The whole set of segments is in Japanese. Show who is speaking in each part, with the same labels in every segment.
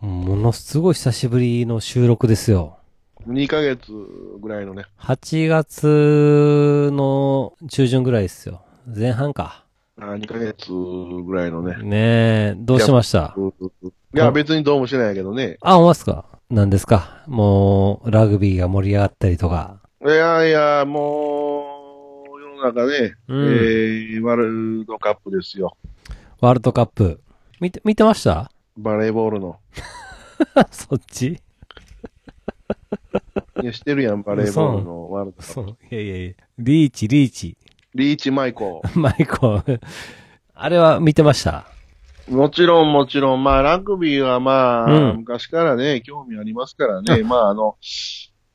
Speaker 1: ものすごい久しぶりの収録ですよ。
Speaker 2: 2ヶ月ぐらいのね。
Speaker 1: 8月の中旬ぐらいですよ。前半か。
Speaker 2: あ2ヶ月ぐらいのね。
Speaker 1: ねえ、どうしました
Speaker 2: いや、別にどうもしないけどね。
Speaker 1: あ、思いますか何ですかもう、ラグビーが盛り上がったりとか。
Speaker 2: いやいや、もう、世の中ね、
Speaker 1: うん
Speaker 2: えー、ワールドカップですよ。
Speaker 1: ワールドカップ。見て、見てました
Speaker 2: バレーボールの。
Speaker 1: そっち
Speaker 2: いや、して るやん、バレーボールのワールドカップ。
Speaker 1: そう。いやいやいや。リーチ、リーチ。
Speaker 2: リーチ・マイコ
Speaker 1: マイコ。あれは見てました。
Speaker 2: ー。もちろん、もちろん、まあ、ラグビーはまあ、
Speaker 1: うん
Speaker 2: 昔からね、興味ありますか らね、まあ、あの、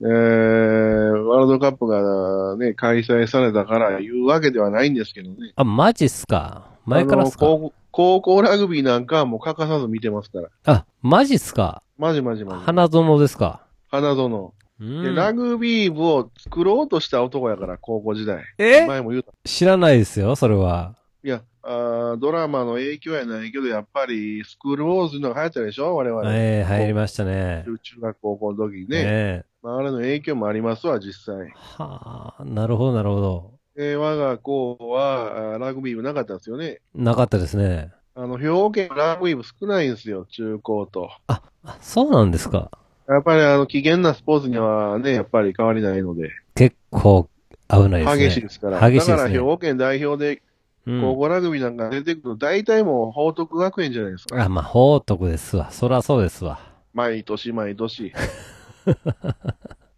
Speaker 2: えー、ワールドカップがね、開催されたから言うわけではないんですけどね。
Speaker 1: あ、マジっすか前からっすか
Speaker 2: あの高校高校ラグビーなんかはもう欠かさず見てますから。
Speaker 1: あ、マジっすか
Speaker 2: まじまじまじ。
Speaker 1: 花園ですか
Speaker 2: 花園。
Speaker 1: う
Speaker 2: で
Speaker 1: ん
Speaker 2: ラグビー部を作ろうとした男やから、高校時代。
Speaker 1: え
Speaker 2: 前も言うた。
Speaker 1: 知らないですよ、それは。
Speaker 2: いやあー、ドラマの影響やないけど、やっぱり、スクールウォーズいうのが流行ったでしょ我々。
Speaker 1: ええ入りましたね。
Speaker 2: 中中学高校の時にね。
Speaker 1: ええ
Speaker 2: まあ、あれの影響もありますわ、実際。
Speaker 1: はあ、なるほど、なるほど。
Speaker 2: で我が校は、あーラグビー部なかったんですよね。
Speaker 1: なかったですね。
Speaker 2: あの、兵庫県ラグビー部少ないんですよ、中高と。
Speaker 1: あ、そうなんですか。
Speaker 2: やっぱり、あの、危険なスポーツにはね、やっぱり変わりないので。
Speaker 1: 結構危ないですね。
Speaker 2: 激しいですから。
Speaker 1: 激しい
Speaker 2: だ
Speaker 1: で
Speaker 2: か
Speaker 1: す
Speaker 2: ら
Speaker 1: ね
Speaker 2: 兵。庫県代表で
Speaker 1: うん
Speaker 2: 高校ラグビーなんか出てくると、大体もう報徳学園じゃないですか。
Speaker 1: あ、まあ、報徳ですわ。そらそうですわ。
Speaker 2: 毎年 毎年。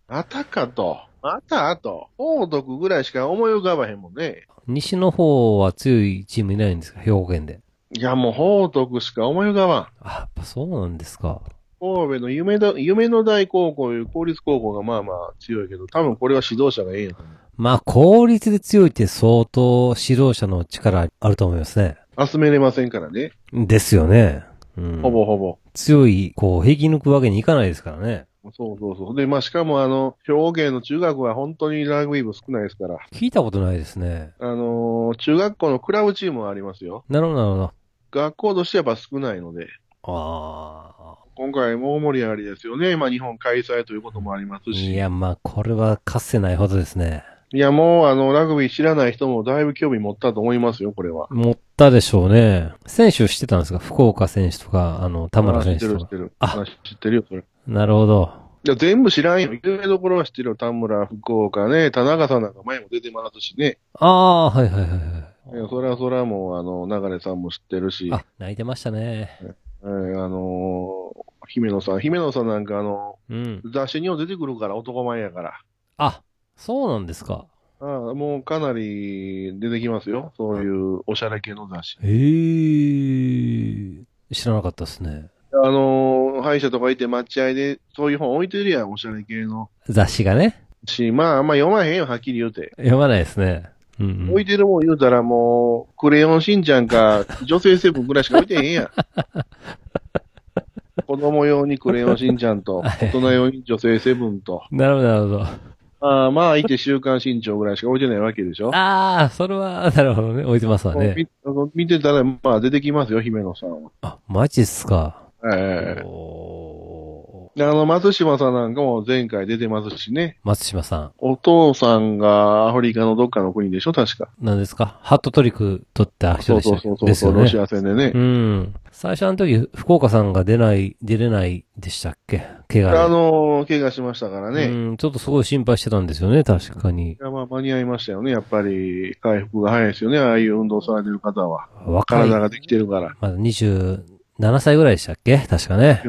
Speaker 2: またかと。またあと。報徳ぐらいしか思い浮かばへんもんね。
Speaker 1: 西の方は強いチームいないんですか兵庫県で。
Speaker 2: いや、もう報徳しか思い浮かばん。
Speaker 1: あ、やっぱそうなんですか。
Speaker 2: 神戸の夢だ夢の大高校いう公立高校がまあまあ強いけど、多分これは指導者がええんや。
Speaker 1: まあ、効率で強いって相当指導者の力あると思いますね。
Speaker 2: 集めれませんからね。
Speaker 1: ですよね。うん、
Speaker 2: ほぼほぼ。
Speaker 1: 強い、こう、引き抜くわけにいかないですからね。
Speaker 2: そうそうそう。で、まあしかもあの、兵庫県の中学は本当にラグビー部少ないですから。
Speaker 1: 聞いたことないですね。
Speaker 2: あのー中学校のクラブチームはありますよ。
Speaker 1: なるほど、なるほど。
Speaker 2: 学校としてやっぱ少ないので、
Speaker 1: あ
Speaker 2: 今回も大盛り上がりですよね。まあ日本開催ということもあります
Speaker 1: あ。
Speaker 2: し。
Speaker 1: い
Speaker 2: いや、
Speaker 1: や、まあ、これはかつてないほどですね。
Speaker 2: もうあの、ラグビー知らない人もだいぶ興味持ったと思いますよ、これは。
Speaker 1: 持ったでしょうね。選手してたんですか福岡選手とか、あの、田村
Speaker 2: 知
Speaker 1: 選
Speaker 2: って
Speaker 1: 手
Speaker 2: る
Speaker 1: と
Speaker 2: 知っ
Speaker 1: か。
Speaker 2: てる。
Speaker 1: あ
Speaker 2: あ知ってるよ、それ。
Speaker 1: なるほど。
Speaker 2: いや、全部知らんよ。有名どころは知ってるよ。田村、福岡ね。田中さんなんか前も出てますしね。
Speaker 1: ああ、はいはいはい
Speaker 2: い
Speaker 1: は
Speaker 2: や
Speaker 1: い。
Speaker 2: それはそれはもう、あの、流れさんも知ってるし。
Speaker 1: あ、泣いてましたね。
Speaker 2: えーあのー姫野さん。姫野さんなんかあの、
Speaker 1: うん。
Speaker 2: 雑誌にも出てくるから、男前やから。
Speaker 1: あ、そうなんですか。
Speaker 2: ああ、もうかなり出てきますよ。そういうおしゃれ系の雑誌。
Speaker 1: へえ。知らなかったですね。
Speaker 2: あのー歯医者とか行って待合で、そういう本置いてるやん、おしゃれ系の。
Speaker 1: 雑誌がね。
Speaker 2: し、まあ、あんま読まへんよ、はっきり言うて。
Speaker 1: 読まないですね。うん、うん。
Speaker 2: 置いてるもん言うたらもう、クレヨンしんちゃんか、女性セブンぐらいしか置いてへんや ん。子供用にクレヨンしんちゃんと、大人用に女性セブンと。
Speaker 1: なるほど、なるほど。
Speaker 2: ああまあ、いて週刊新潮ぐらいしか置いてないわけでしょ。
Speaker 1: ああ、それは、なるほどね。置いてますわ
Speaker 2: もう
Speaker 1: ね。
Speaker 2: みあの見てたら、まあ、出てきますよ、姫野さんは。
Speaker 1: あ、マジっすか。
Speaker 2: ええ
Speaker 1: おー
Speaker 2: であの、松島さんなんかも前回出てますしね。
Speaker 1: 松島さん、
Speaker 2: お父さんがアフリカのどっかの国でしょ確か。
Speaker 1: 何ですかハットトリック取った人
Speaker 2: そう
Speaker 1: でし
Speaker 2: そ
Speaker 1: た
Speaker 2: うそうそう
Speaker 1: ですよね。
Speaker 2: ロシア戦でね。
Speaker 1: うん。最初あの時、福岡さんが出ない、出れないでしたっけ怪我で。
Speaker 2: あの怪我しましたからね。い
Speaker 1: うん、ちょっとすごい心配してたんですよね、確かに。
Speaker 2: やまあ間に合いましたよね。やっぱり回復が早いですよね。ああいう運動されてる方は。
Speaker 1: 若い。
Speaker 2: 体
Speaker 1: ま
Speaker 2: ができてるから。
Speaker 1: だ27歳ぐらいでしたっけ確かね。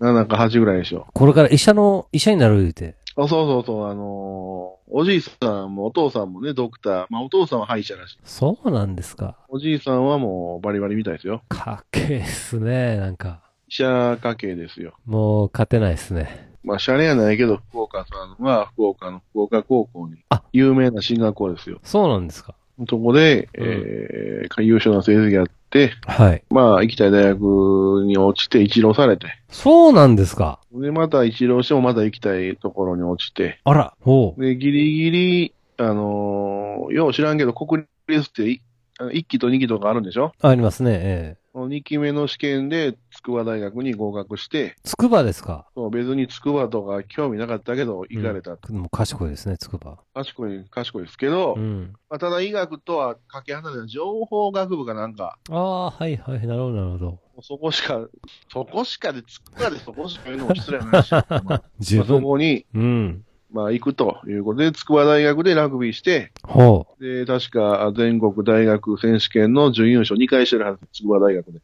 Speaker 2: 7か8ぐらいでしょ。
Speaker 1: これから医者の、医者になる言うて。
Speaker 2: あそうそうそう。あのーおじいさんもお父さんもね、ドクター。まあお父さんは歯医者らしい。
Speaker 1: そうなんですか。
Speaker 2: おじいさんはもうバリバリみたいですよ。
Speaker 1: かっけえっすね、なんか。
Speaker 2: 医者家系ですよ。
Speaker 1: もう勝てないっすね。
Speaker 2: まあ、シャレやないけど、福岡さんは、福岡の福岡高校に
Speaker 1: あ、
Speaker 2: 有名な進学校ですよ。
Speaker 1: そうなんですか。
Speaker 2: そこで、
Speaker 1: うん
Speaker 2: えー、優秀な成績があって、
Speaker 1: はい。
Speaker 2: まあ、行きたい大学に落ちて、一浪されて、
Speaker 1: そうなんですか。
Speaker 2: で、また一浪してもまた行きたいところに落ちて、
Speaker 1: あら。ほう。
Speaker 2: で、ギリギリ、あのーよう知らんけど、国立ってい、あの一期と二期とかあるんでしょ
Speaker 1: ありますね。え
Speaker 2: 2期目の試験で筑波大学に合格して、
Speaker 1: 筑波ですか
Speaker 2: そう別に筑波とか興味なかったけど、行かれた。
Speaker 1: もう賢いですね、筑波。
Speaker 2: 賢い、賢いですけど、
Speaker 1: うん。
Speaker 2: まあ、ただ医学とはかけ離れた情報学部かなんか、
Speaker 1: ああ、はいはい、なるほど、なるほど。
Speaker 2: もうそこしか、そこしかで、筑波でそこしか言うのも失礼な話だけ どまあ
Speaker 1: 十
Speaker 2: そ
Speaker 1: 分。
Speaker 2: こに、
Speaker 1: うん。
Speaker 2: まあ、行くということで、筑波大学でラグビーして、
Speaker 1: ほう。
Speaker 2: で、確か全国大学選手権の準優勝2回してるはず、筑波大学で。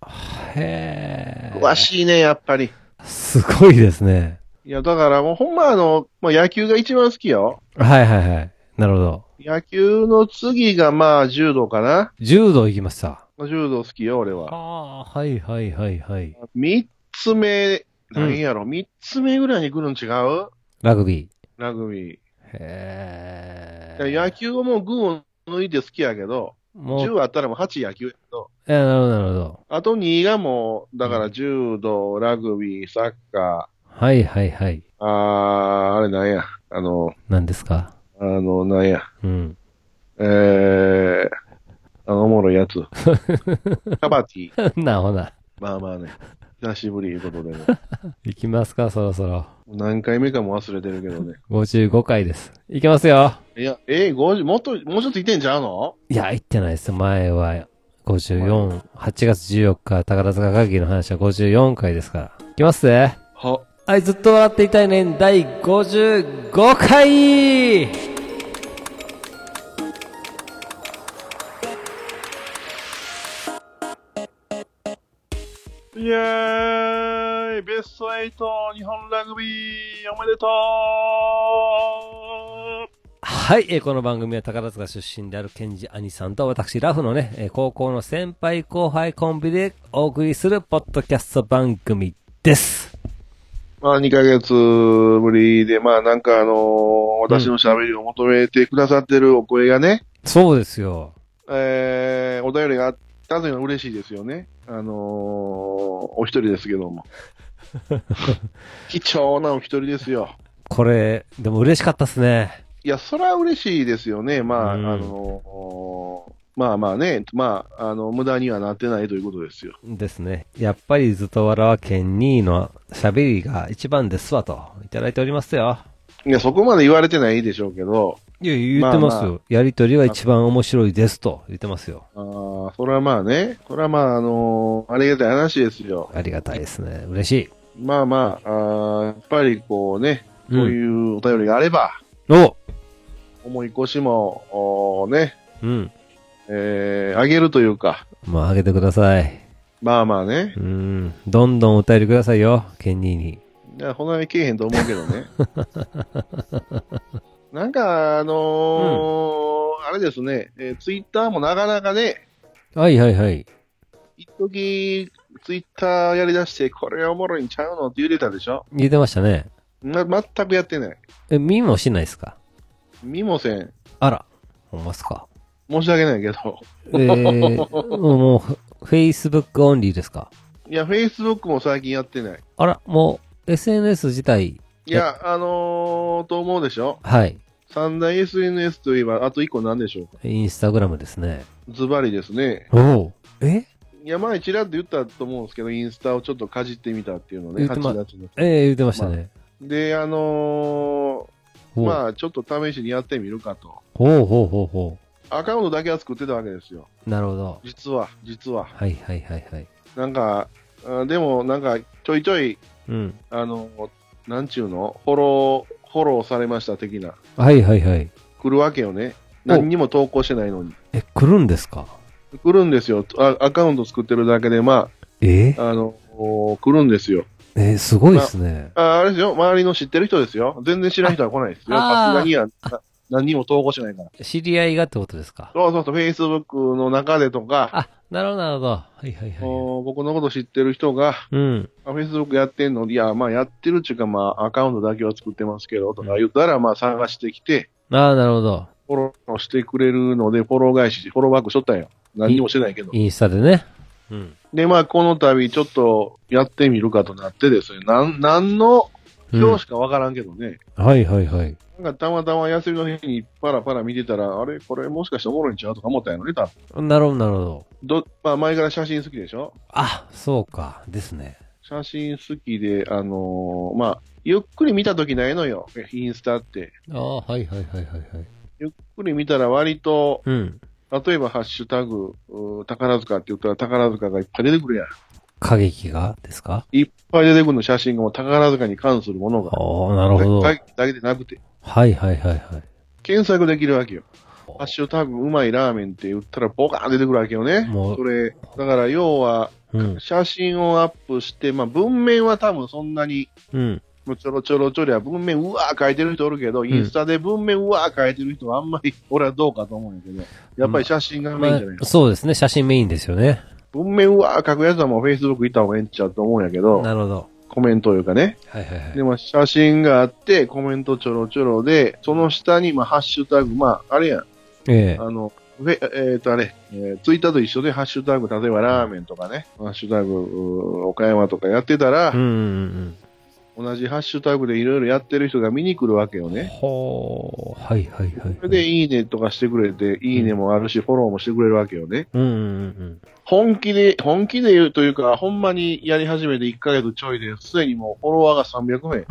Speaker 1: へえ。
Speaker 2: 詳しいね、やっぱり。
Speaker 1: すごいですね。
Speaker 2: いや、だからもうほんまあの、まあ、野球が一番好きよ。
Speaker 1: はいはいはい。なるほど。
Speaker 2: 野球の次がまあ、柔道かな。
Speaker 1: 柔道行きました。
Speaker 2: まあ柔道好きよ、俺は。
Speaker 1: ああー、はいはいはいはい。
Speaker 2: 三つ目、
Speaker 1: うん
Speaker 2: 何やろ、三、つ目ぐらいに来るん違う
Speaker 1: ラグビ
Speaker 2: ラグビ
Speaker 1: ー。へ
Speaker 2: ー。いや野球はもう群を抜いて好きやけど、
Speaker 1: もう、
Speaker 2: 10あったらもう8野球やけど、
Speaker 1: えー、なるほどなるほど。
Speaker 2: あと2がもう、だから柔道、ラグビー、サッカ
Speaker 1: はいはいはい。
Speaker 2: ー、あー、あれなんや、あの、
Speaker 1: 何ですか
Speaker 2: あの、なんや、
Speaker 1: うん。
Speaker 2: えー、あのおもろいや つ。カバティ。
Speaker 1: なあほな。
Speaker 2: まあまあね、久しぶりいうことで ね、
Speaker 1: 行きますか、そろそろ。
Speaker 2: 何回目かも忘れてるけどね。
Speaker 1: 55回です。行きますよ。
Speaker 2: いや、えー、50、もっと、もうちょっといてんちゃうの
Speaker 1: いや、行ってないです。前は54、8月14日、宝塚歌劇の話は54回ですから。行きますね。
Speaker 2: は、
Speaker 1: はい、ずっと笑っていたいねん、第55回
Speaker 2: イエーイベスト8日本ラグビーおめでと
Speaker 1: はい、えーこの番組は宝塚出身であるケンジ兄さんと私ラフのね、えー高校の先輩後輩コンビでお送りするポッドキャスト番組です。
Speaker 2: うまあ、2ヶ月ぶりで、まあ、なんかあのー私の喋りを求めてくださってるお声がね、
Speaker 1: そうですよ。
Speaker 2: えー、お便りがあったというのは嬉しいですよね。あのーお一人ですけど も。貴重なお一人ですよ。
Speaker 1: これ、でも嬉しかったっすね。
Speaker 2: いや、それは嬉しいですよね。まあ、
Speaker 1: うん
Speaker 2: あのーまあまあね、まあ、あの、無駄にはなってないということですよ。
Speaker 1: ですね。やっぱりずっと笑わけん2の喋りが一番ですわと、いただいておりますよ。
Speaker 2: いや、そこまで言われてないでしょうけど、
Speaker 1: いや、言ってますよ。
Speaker 2: まあ
Speaker 1: やりとりは一番面白いですと言ってますよ。
Speaker 2: あーそれはまあね、それはまあ、あのーありがたい話ですよ。
Speaker 1: ありがたいですね。嬉しい。
Speaker 2: まあまあ、あーやっぱりこうね、こう
Speaker 1: う
Speaker 2: いうお便りがあれば、
Speaker 1: お
Speaker 2: 重い腰も、おーね、
Speaker 1: うん。
Speaker 2: えー、上げるというか、
Speaker 1: まあ、あげてください。
Speaker 2: まあまあね
Speaker 1: う、ん。どんどんお便りくださいよ。ケンニーに。
Speaker 2: いやほなにけえへんと思うけどね。なんか、あのーあれですね、えー、ツイッターもなかなかね、
Speaker 1: はいはいはい。
Speaker 2: 一時ツイッターやりだして、これおもろいんちゃうのって言うてたでしょ
Speaker 1: 言ってましたね。
Speaker 2: な全くやってない。
Speaker 1: え、見もしないですか
Speaker 2: 見もせん。
Speaker 1: あら。ほんまっすか。
Speaker 2: 申し訳ないけど。
Speaker 1: えー、 もう、フェイスブックオンリーですか
Speaker 2: いや、Facebook も最近やってない。
Speaker 1: あら、もう、SNS 自体、
Speaker 2: いや、あのー、と思うでしょ
Speaker 1: はい。
Speaker 2: 三大 SNS といえば、あと一個なんでしょうか
Speaker 1: インスタグラムですね。
Speaker 2: ズバリですね。
Speaker 1: おお。え
Speaker 2: いや、前ちらっと言ったと思うんですけど、インスタをちょっとかじってみたっていうの
Speaker 1: 言
Speaker 2: ね、
Speaker 1: ってま
Speaker 2: 8月の。
Speaker 1: えー、言ってましたね。
Speaker 2: で、あのー、
Speaker 1: ほう
Speaker 2: まあ、ちょっと試しにやってみるかと。
Speaker 1: ほうほうほうほ
Speaker 2: アカウントだけは作ってたわけですよ。
Speaker 1: う。なるほど。
Speaker 2: 実は、実は。
Speaker 1: はいはいはいはい。
Speaker 2: なんか、あでも、なんか、ちょいちょい、
Speaker 1: うん。
Speaker 2: あの、なんちゅうのフォロー、フォローされました的な。
Speaker 1: はいはいはい。
Speaker 2: 来るわけよね。
Speaker 1: お
Speaker 2: 何にも投稿してないのに。
Speaker 1: え、来るんですか
Speaker 2: 来るんですよ。あアカウント作ってるだけで、ま
Speaker 1: え
Speaker 2: あ、あの、お来るんですよ。
Speaker 1: え、すごいですね。
Speaker 2: ああれですよ。周りの知ってる人ですよ。全然知らん人は来ないですよ。
Speaker 1: あ
Speaker 2: さ
Speaker 1: あ
Speaker 2: すがには、な何にも投稿してないから。
Speaker 1: 知り合いがってことですか
Speaker 2: そうそうそう、Facebook の中でとか、
Speaker 1: あ、なるほどなるほど。はいはいはい。
Speaker 2: お僕のこと知ってる人が、
Speaker 1: うん。
Speaker 2: あ Facebook やってんのいや、まあやってるっていうか、まあアカウントだけは作ってますけど、とか言ったら、まあ探してきて、
Speaker 1: ああ、なるほど。
Speaker 2: フォローしてくれるので、フォロー返し、フォローバックしとったんよ。何にもしてないけど。
Speaker 1: インスタでね。うん。
Speaker 2: で、まあ、この度、ちょっとやってみるかとなってですね、なん、なんの
Speaker 1: うん
Speaker 2: 表しかわからんけどね、
Speaker 1: はいはいはい。
Speaker 2: なんかたまたま休みの日にパラパラ見てたら、あれこれもしかしておもろいんちゃうとか思ったんやろね、多分
Speaker 1: なるほどなるほど。
Speaker 2: ど、まあ前から写真好きでしょ
Speaker 1: あ、そうか。ですね。
Speaker 2: 写真好きで、あのーまあ、ゆっくり見たときないのよ、インスタって。
Speaker 1: ああ、はいはいはいはいはい。
Speaker 2: ゆっくり見たら割と、
Speaker 1: うん。
Speaker 2: 例えばハッシュタグ、うー宝塚って言ったら宝塚がいっぱい出てくるやん。
Speaker 1: 過激がですか
Speaker 2: いっぱい出てくるの写真がもう宝塚に関するものが。
Speaker 1: ああ、なるほど。は
Speaker 2: だ
Speaker 1: い
Speaker 2: けだけでなくて。
Speaker 1: はいはいはい。
Speaker 2: 検索できるわけよ。ハッシュタグうまいラーメンって言ったらボカーン出てくるわけよね。
Speaker 1: もう
Speaker 2: それ、だから要は、
Speaker 1: うん。
Speaker 2: 写真をアップして、まあ文面は多分そんなに、
Speaker 1: うん。
Speaker 2: もうちょろちょろちょりゃ文面うわー書いてる人おるけど、インスタで文面うわー書いてる人はあんまり俺はどうかと思うんやけど、やっぱり写真がメインじゃない
Speaker 1: まあそうですね。写真メインですよね。
Speaker 2: 文面うわー書くやつはもう Facebook 行った方がええんちゃうと思うんやけど、
Speaker 1: なるほど。
Speaker 2: コメントというかね。
Speaker 1: はいはいはい
Speaker 2: で。も写真があって、コメントちょろちょろで、その下にまあハッシュタグ、まああれやん、
Speaker 1: ええ。
Speaker 2: あの、フェえっ、と、あれ、えーツイッターと一緒で、ハッシュタグ、例えばラーメンとかね、ハッシュタグ、うー岡山とかやってたら
Speaker 1: うん、うん
Speaker 2: 同じハッシュタグでいろいろやってる人が見に来るわけよ
Speaker 1: うん。
Speaker 2: ね。
Speaker 1: ほう。はいはいはい。
Speaker 2: それで、いいねとかしてくれて、いいねもあるし、フォローもしてくれるわけよね。
Speaker 1: うんうん
Speaker 2: 本気で、本気で言うというか、ほんまにやり始めて1ヶ月ちょいで、すでにもうフォロワーが300名。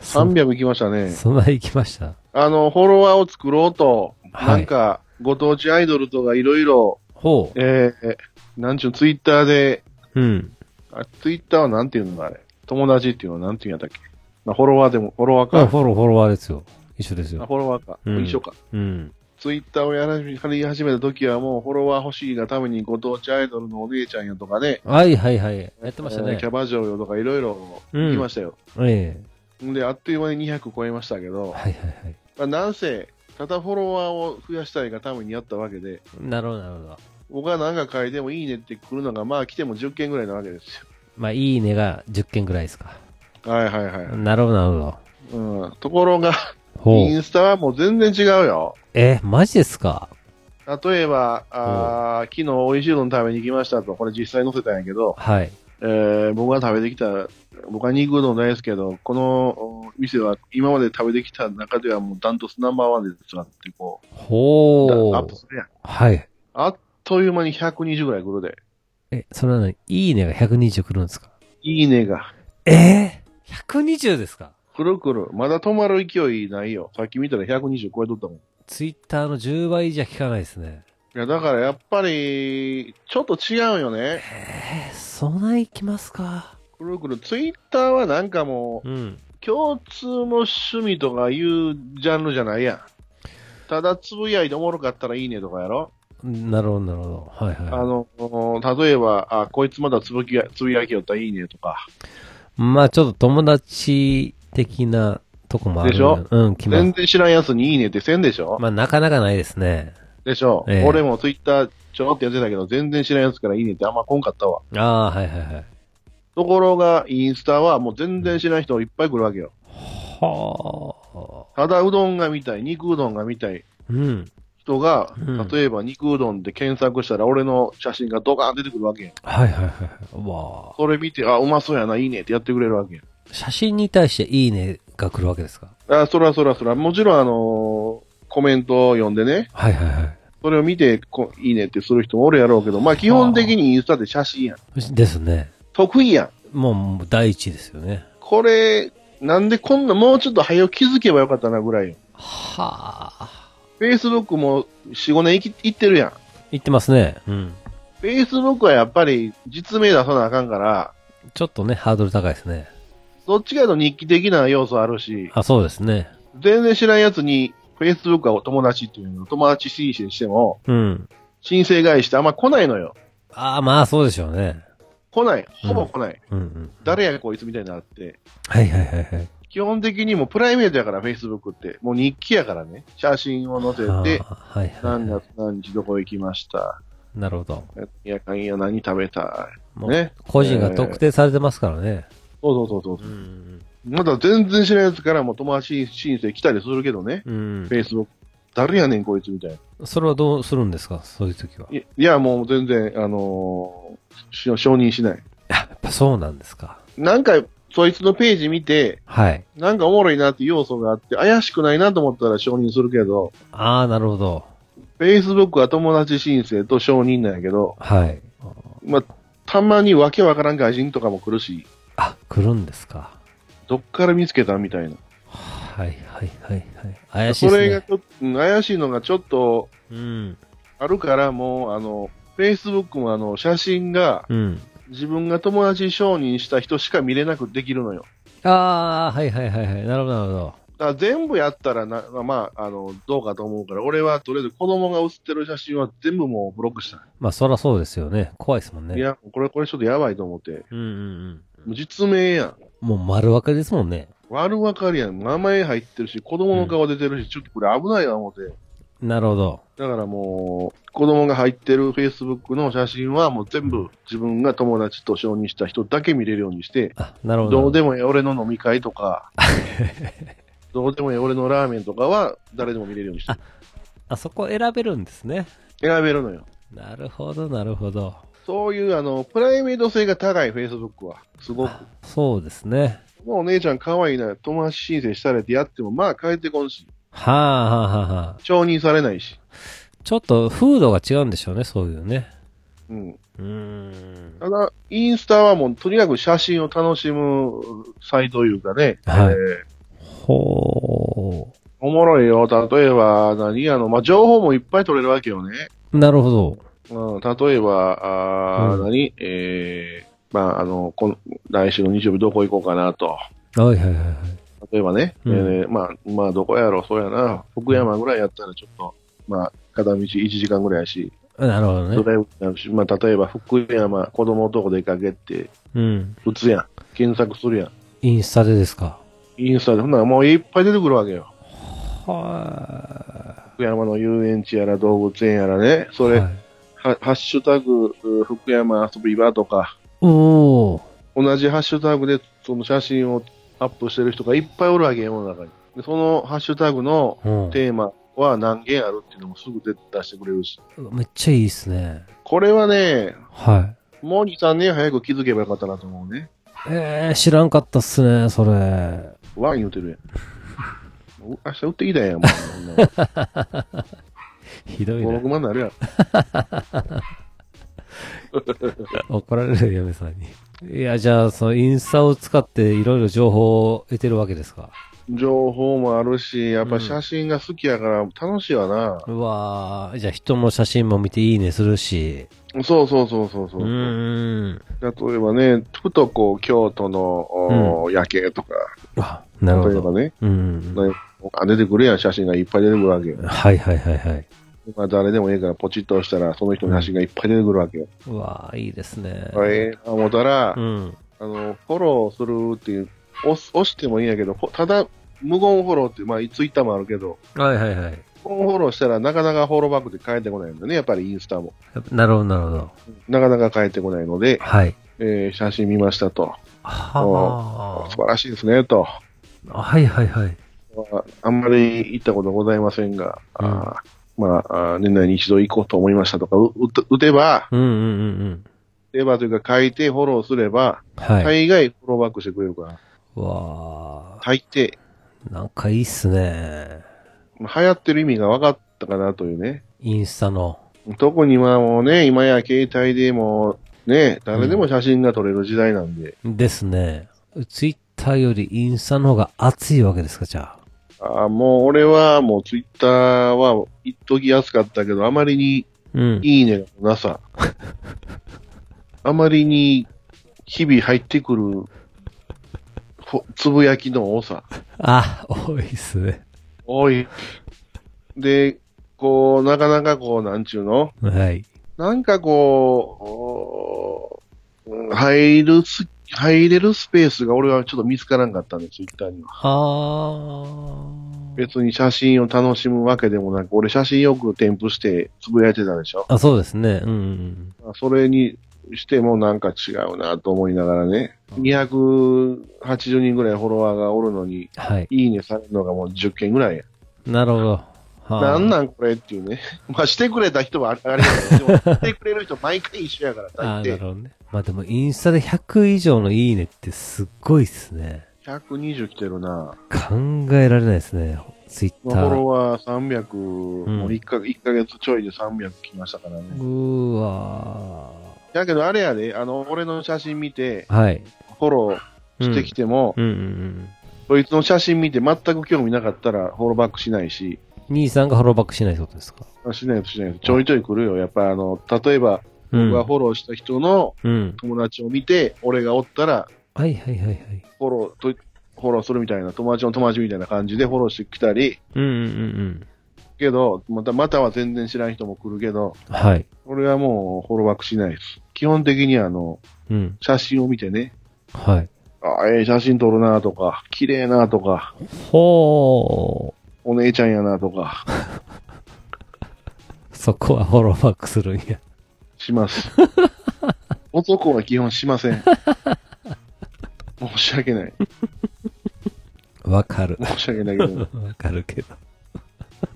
Speaker 2: 300いきました
Speaker 1: うん。
Speaker 2: ね。
Speaker 1: そんな行きました。
Speaker 2: あの、フォロワーを作ろうと、
Speaker 1: はい
Speaker 2: なんか、ご当地アイドルとかいろいろ、
Speaker 1: ほ
Speaker 2: えー、えなんちゅうの、ツイッターで、
Speaker 1: う。うん。
Speaker 2: あツイッターはなんていうのあれ。友達っていうのはなんていうんやったっけ。まあ、フォロワーでも、フォロワー
Speaker 1: あ
Speaker 2: か。
Speaker 1: フォロー、フォロワーですよ。一緒です
Speaker 2: あ
Speaker 1: よ。
Speaker 2: フォロワーか。
Speaker 1: うん
Speaker 2: 一緒か。
Speaker 1: うん。
Speaker 2: ツイッターをやり始めた時はもうフォロワー欲しいがためにご当地アイドルのお姉ちゃんやとかね。
Speaker 1: はいはいはい。やってました
Speaker 2: え
Speaker 1: ね
Speaker 2: ーキ。ャバ嬢よとかいろいろ言いましたよ。
Speaker 1: え
Speaker 2: んで、あっという間に200超えましたけ
Speaker 1: え。は
Speaker 2: ど、
Speaker 1: いはいはい。
Speaker 2: まあ、なんせ、ただフォロワーを増やしたいがためにやったわけで、
Speaker 1: なるほどなるほど。
Speaker 2: 僕が何か書いてもいいねって来るのが、まあ来ても10件ぐらいなわけです
Speaker 1: まあ、いいねが10件ぐらいですか。
Speaker 2: よ。はいはいはい。
Speaker 1: なるほどなるほど。
Speaker 2: うん、ところが、
Speaker 1: ほ
Speaker 2: イ
Speaker 1: う。
Speaker 2: ンスタはもう全然違うよ。
Speaker 1: え、マジですか
Speaker 2: 例えば、あー昨日美味しいの食べに行きましたと、これ実際載せたんやけど、
Speaker 1: はい。
Speaker 2: えー僕が食べてきた、僕は肉うどん大好きけど、このお店は今まで食べてきた中ではもうダントツナンバーワンですわってこう、ア
Speaker 1: ほ
Speaker 2: ッ
Speaker 1: う
Speaker 2: プ。するやん。
Speaker 1: はい。
Speaker 2: あっという間に120ぐらい来るで、
Speaker 1: え、それは何いいねが120来るんですか
Speaker 2: いいねが。
Speaker 1: えー、?120 ですか
Speaker 2: くるくる。まだ止まる勢いないよ。さっき見たら120超えとったもん。
Speaker 1: ツイッターの10倍じゃ聞かないですね。
Speaker 2: いや、だからやっぱり、ちょっと違うよね。
Speaker 1: え、そないきますか
Speaker 2: くるくる。ツイッターはなんかもう、
Speaker 1: うん。
Speaker 2: 共通の趣味とかいうジャンルじゃないやん。ただつぶやいておもろかったらいいねとかやろ、
Speaker 1: なるほどなるほど。はい
Speaker 2: あ
Speaker 1: は
Speaker 2: の、例えば、あ、こいつまだつぶやつぶやきよったらいいねとか。
Speaker 1: い。まあ、ちょっと友達的なとこもある。
Speaker 2: でしょ
Speaker 1: うん、来ま
Speaker 2: 全
Speaker 1: す。
Speaker 2: 然知らんやつにいいねってせんでしょ、
Speaker 1: まあ、なかなかないですね。
Speaker 2: でしょ、
Speaker 1: ええ
Speaker 2: 俺もツイッターちょろってやってたけど、全然知らんやつからいいねってあんま来んかったわ。
Speaker 1: ああー、はいはいはい。
Speaker 2: ところが、インスタはもう全然知らん人いっぱい来るわけよ。
Speaker 1: は
Speaker 2: ただうどんが見たい、肉うどんが見たい
Speaker 1: あ。うん。
Speaker 2: 人が、
Speaker 1: うん
Speaker 2: 例えば肉うどんで検索したら俺の写真がドカーン出てくるわけやん。
Speaker 1: はいはいはい。わあ。
Speaker 2: それ見て、あ、うまそうやな、いいねってやってくれるわけやん。
Speaker 1: 写真に対していいねが来るわけですか
Speaker 2: あ、そらそらそら。もちろん、あのーコメントを読んでね、
Speaker 1: はいはいは
Speaker 2: それを見てこ、いいねってする人もおるやろうけど、まあ基本的にインスタって写真やん。
Speaker 1: い。ですね。
Speaker 2: 得意やん。
Speaker 1: もう、もう第一ですよね。
Speaker 2: これ、なんでこんな、もうちょっと早く気づけばよかったなぐらいよ。
Speaker 1: はあ。
Speaker 2: Facebook も4、5年いきいってるやん。
Speaker 1: 言ってますね。うん。
Speaker 2: Facebook はやっぱり実名出さなあかんから、
Speaker 1: ちょっとね、ハードル高いですね。
Speaker 2: どっちかというと日記的な要素あるし、
Speaker 1: あ、そうですね。
Speaker 2: 全然知らんやつに Facebook はお友達っていうの、友達申請しても、
Speaker 1: うん。
Speaker 2: 申請返してあんま来ないのよ。
Speaker 1: ああ、まあそうでしょうね。
Speaker 2: 来ない。ほぼ来ない。
Speaker 1: うんうん。
Speaker 2: 誰やこいつみたいになって、
Speaker 1: はいはいはいはい。
Speaker 2: 基本的にもうプライベートやから、Facebook って。もう日記やからね。写真を載
Speaker 1: あー
Speaker 2: せて、
Speaker 1: はいはい
Speaker 2: 何
Speaker 1: は
Speaker 2: 月何日どこ行きました。
Speaker 1: い。なるほど。
Speaker 2: いやかんや何食べた。
Speaker 1: もう、
Speaker 2: ね
Speaker 1: 個人が特定されてますからね。
Speaker 2: そうそうそうそうう。
Speaker 1: ん
Speaker 2: まだ全然知らんやつからもう友達申請来たりするけどね。
Speaker 1: うんうん。
Speaker 2: Facebook。誰やねんこいつみたいな。
Speaker 1: うん。それはどうするんですかそういう時は。
Speaker 2: いいや、もう全然、あのーし承認しない。
Speaker 1: やっぱそうなんですか。
Speaker 2: なんか、そいつのページ見て、
Speaker 1: はい。
Speaker 2: なんかおもろいなっていう要素があって、怪しくないなと思ったら承認するけど、
Speaker 1: ああ、なるほど。
Speaker 2: Facebook は友達申請と承認なんやけど、
Speaker 1: はい。
Speaker 2: まあ、たまにわけわからん外人とかも来るし、
Speaker 1: あ、来るんですか。
Speaker 2: どっから見つけたみたいな。
Speaker 1: はいはいはいはい。怪しい
Speaker 2: そ
Speaker 1: ですね。
Speaker 2: れがちょっと、うん怪しいのがちょっと
Speaker 1: うん。
Speaker 2: あるから、もう、あの、Facebook もあの、写真が
Speaker 1: うん。
Speaker 2: 自分が友達承認した人しか見れなくできるのよ。
Speaker 1: ああ、はいはいはいはい。なるほどなるほど。
Speaker 2: だから全部やったらな、まあ、あの、どうかと思うから、俺はとりあえず子供が写ってる写真は全部もうブロックした。
Speaker 1: まあそらそうですよね。怖いですもんね。
Speaker 2: いや、これ、これちょっとやばいと思って。
Speaker 1: うんうん
Speaker 2: もう実名やん。
Speaker 1: うん。もう丸分かりですもんね。
Speaker 2: 悪わかりやん。名前入ってるし、子供の顔出てるし、ちょっとこれ危ないわ、思って。
Speaker 1: なるほど。
Speaker 2: だからもう、子供が入ってる Facebook の写真はもう全部自分が友達と承認した人だけ見れるようにして、
Speaker 1: あ、なるほど。
Speaker 2: どうでもええ俺の飲み会とか、どうでもええ俺のラーメンとかは誰でも見れるようにしてる、
Speaker 1: あそこ選べるんですね。
Speaker 2: 選べるのよ。
Speaker 1: なるほどなるほど。
Speaker 2: そういう、あの、プライベート性が高い Facebook は、すごく。
Speaker 1: そうですね。
Speaker 2: もうお姉ちゃん可愛いな、友達申請されてやっても、まあ帰ってこんし、
Speaker 1: はあはあはあはあ。
Speaker 2: 承認されないし。
Speaker 1: ちょっと風土が違うんでしょうね、そういうね。
Speaker 2: うん。
Speaker 1: うーん。
Speaker 2: ただ、インスタはもうとにかく写真を楽しむサイトというかね、
Speaker 1: はい
Speaker 2: えー
Speaker 1: ほ
Speaker 2: おもろいよ。例えば、何あの、まあ、情報もいっぱい取れるわけよね。
Speaker 1: う。なるほど。
Speaker 2: うん、例えば、あー
Speaker 1: うん
Speaker 2: 何えー、まあ、あの、この、来週の日曜日どこ行こうかなと。
Speaker 1: はいはいはいはい。
Speaker 2: 例えばね、
Speaker 1: うん
Speaker 2: えーまあ、まあ、どこやろ、そうやな、福山ぐらいやったらちょっと、まあ、片道1時間ぐらいやし、
Speaker 1: あなるほど
Speaker 2: ド
Speaker 1: ね。
Speaker 2: ライブになるし、まあ、例えば福山、子供のとこ出かけって、
Speaker 1: うん。
Speaker 2: 打つやん。検索するやん。
Speaker 1: インスタでですか。
Speaker 2: インスタで、ほんならもういっぱい出てくるわけよ。
Speaker 1: は
Speaker 2: 福山の遊園地やら動物園やらね、
Speaker 1: い。
Speaker 2: それ、
Speaker 1: はい、
Speaker 2: はハッシュタグ、う福山遊び場とか、
Speaker 1: おお。
Speaker 2: 同じハッシュタグでその写真をアップしてる人がいっぱいおるわけよ、世の中に。でそのハッシュタグの
Speaker 1: うん、
Speaker 2: テーマは何件あるっていうのもすぐ出出してくれるし。
Speaker 1: めっちゃいいですね。
Speaker 2: これはね、
Speaker 1: はい。
Speaker 2: もう2、3年早く気づけばよかったなと思うね。
Speaker 1: えー、知らんかったっすね、それ。
Speaker 2: ワイン言うてるや ん。う明日売ってきたやん、もう。
Speaker 1: ひどい
Speaker 2: 5、
Speaker 1: な。
Speaker 2: 6万になるやん。
Speaker 1: 怒られるよ嫁さんに。いや、じゃあ、そのインスタを使っていろいろ情報を得てるわけですか。
Speaker 2: 情報もあるし、やっ
Speaker 1: う
Speaker 2: ぱ
Speaker 1: ん
Speaker 2: 写真が好きやから楽しいわな。
Speaker 1: うわーじゃあ人の写真も見ていいねするし。
Speaker 2: そうそうそうそうそうう。
Speaker 1: ーん。
Speaker 2: 例えばね、ふとこう、京都の、おー夜景とか、
Speaker 1: あ、なるほ
Speaker 2: 例えば
Speaker 1: ど。
Speaker 2: ね、
Speaker 1: うん。
Speaker 2: ねあ出てくるやん、写真がいっぱい出てくるわけよ。
Speaker 1: はいはいはいはい。
Speaker 2: まあ、誰でもええから、ポチッと押したら、その人の写真がいっぱい出てくるわけよ。
Speaker 1: うわーいいですね。
Speaker 2: あれええな思ったら、
Speaker 1: うん。
Speaker 2: あの、フォローするっていう、押す押してもいいんやけど、ほただ、無言フォローっていう、まあ、ツイッターもあるけど、
Speaker 1: はいはいはい。
Speaker 2: 無言フォローしたら、なかなかフォローバックって返ってこないんだよね、やっぱりインスタも。
Speaker 1: なるほどなるほど。
Speaker 2: なかなか返ってこないので、
Speaker 1: はい。
Speaker 2: えー写真見ましたと。
Speaker 1: は
Speaker 2: 素晴らしいですね、と。
Speaker 1: あ。はいはいはい。
Speaker 2: まああんまり行ったことございませんが、
Speaker 1: うん
Speaker 2: あーまあ、あー年内に一度行こうと思いましたとか、う打て打てば、
Speaker 1: うんうんうんうん。
Speaker 2: 打てばというか書いてフォローすれば、
Speaker 1: はい。
Speaker 2: 大概フォローバックしてくれるから、
Speaker 1: うわ
Speaker 2: 大抵、
Speaker 1: ーなんかいいっすね。
Speaker 2: まあ流行ってる意味が分かったかなというね。
Speaker 1: インスタの。
Speaker 2: 特にまあもうね、今や携帯でも、ね、誰でも写真が撮れる時代なんで、
Speaker 1: ですね。ツイッターよりインスタの方が熱いわけですか、じゃあ。
Speaker 2: あーもう俺はもうツイッターは一時安かったけど、あまりに
Speaker 1: うん。
Speaker 2: いいねがなさ。あまりに日々入ってくるほつぶやきの多さ。
Speaker 1: あ、多いっすね。
Speaker 2: 多い。で、こう、なかなかこう、なんちゅうの
Speaker 1: はい。
Speaker 2: なんかこうおー、入るす、入れるスペースが俺はちょっと見つからんかったんです、ツイッターには。
Speaker 1: あー。
Speaker 2: 別に写真を楽しむわけでもなく、俺写真よく添付してつぶやいてたでしょ。
Speaker 1: あ、そうですね。うんうん
Speaker 2: まあそれにしてもなんか違うなと思いながらね、280人ぐらいフォロワーがおるのに、
Speaker 1: うん。はい。
Speaker 2: いいねされるのがもう10件ぐらいや。
Speaker 1: なるほど。はあ
Speaker 2: なんなんこれっていうね。 まあしてくれた人はあありがとう。でもしてくれる人毎回一緒やから、
Speaker 1: あ
Speaker 2: 大
Speaker 1: ーなる
Speaker 2: 抵
Speaker 1: ほどね。まあでもインスタで100以上のいいねってすっごいっすね。
Speaker 2: 120来てるな。
Speaker 1: 考えられないですね。ツイッ
Speaker 2: フ
Speaker 1: タ
Speaker 2: ォ
Speaker 1: ー。
Speaker 2: ロワー300、
Speaker 1: ん
Speaker 2: もう 1, か1ヶ月ちょいで300来ましたからね。
Speaker 1: うーわ
Speaker 2: だけどあれやで、あの、俺の写真見て、
Speaker 1: ー。はい。
Speaker 2: フォローしてきても、
Speaker 1: うんうんうん。
Speaker 2: そいつの写真見て全く興味なかったらフォローバックしないし、
Speaker 1: 兄さんがフォローバックしないってことですか
Speaker 2: あしないとしないと、ちょいちょい来るよ。やっぱあの、例えば、
Speaker 1: うん。
Speaker 2: 僕が
Speaker 1: う
Speaker 2: フォローした人の
Speaker 1: ん。
Speaker 2: 友達を見て、俺がおったら、
Speaker 1: はいはいはいはい。
Speaker 2: フォローと、フォローするみたいな、友達の友達みたいな感じでフォローしてきたり、
Speaker 1: うんうんうん
Speaker 2: けど、また、または全然知らん人も来るけど、
Speaker 1: うん。はい。
Speaker 2: 俺はもうフォローバックしないです。基本的にあの、
Speaker 1: うん。
Speaker 2: 写真を見てね、
Speaker 1: はい。
Speaker 2: ああ、ええ写真撮るなとか、綺麗なとか、
Speaker 1: ほー。
Speaker 2: お姉ちゃんやなとか、
Speaker 1: そこはフォローバックするんや。
Speaker 2: します。 男は基本しません。申し訳ない。
Speaker 1: わかる。
Speaker 2: 申し訳ないけど。
Speaker 1: わかるけど。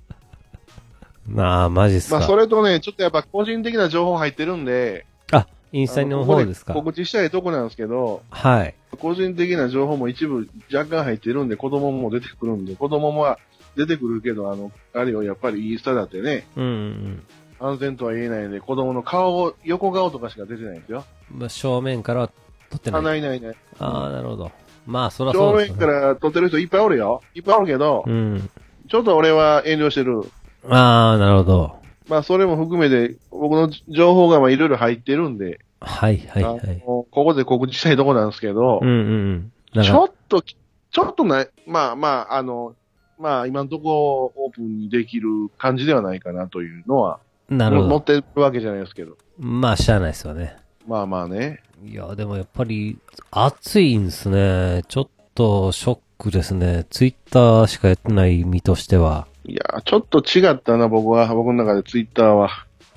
Speaker 1: なあ、マジっすか。
Speaker 2: まあ、それとね、ちょっとやっぱ個人的な情報入ってるんで、
Speaker 1: あ、インスタの方です
Speaker 2: あ
Speaker 1: か
Speaker 2: の。ここで告知したいとこなんですけど、
Speaker 1: はい。
Speaker 2: 個人的な情報も一部若干入ってるんで、子供も出てくるんで、子供も出てくるけど、あの、あれよ、やっぱりインスタだってね、
Speaker 1: うんうん
Speaker 2: 安全とは言えないんで、子供の顔を、横顔とかしか出てないんですよ。
Speaker 1: うん。まあ、正面からは撮ってな
Speaker 2: あ、
Speaker 1: い。
Speaker 2: ないないない。
Speaker 1: ああ、なるほど。まあ、そらそ
Speaker 2: 正
Speaker 1: うです
Speaker 2: 面
Speaker 1: よ
Speaker 2: か
Speaker 1: ね。
Speaker 2: ら撮ってる人いっぱいおるよ。いっぱいおるけど、
Speaker 1: うん。
Speaker 2: ちょっと俺は遠慮してる。
Speaker 1: ああ、なるほど。
Speaker 2: まあ、それも含めて、僕の情報がまあいろいろ入ってるんで、
Speaker 1: はいはいは
Speaker 2: あの
Speaker 1: い。
Speaker 2: ここで告知したいとこなんですけど
Speaker 1: うん、うんうん。なん
Speaker 2: ち
Speaker 1: か
Speaker 2: ょっと、ちょっとない、まあまあ、あの、まあ今のところオープンにできる感じではないかなというのは、
Speaker 1: なるほ
Speaker 2: 持
Speaker 1: ど
Speaker 2: っ。てるわけじゃないですけど。
Speaker 1: まあ、しゃあないですよね。
Speaker 2: まあまあね。
Speaker 1: いや、でもやっぱり、暑いんですね。ちょっと、ショックですね。ツイッターしかやってない身としては。
Speaker 2: いやー、ちょっと違ったな、僕は。僕の中でツイッターは。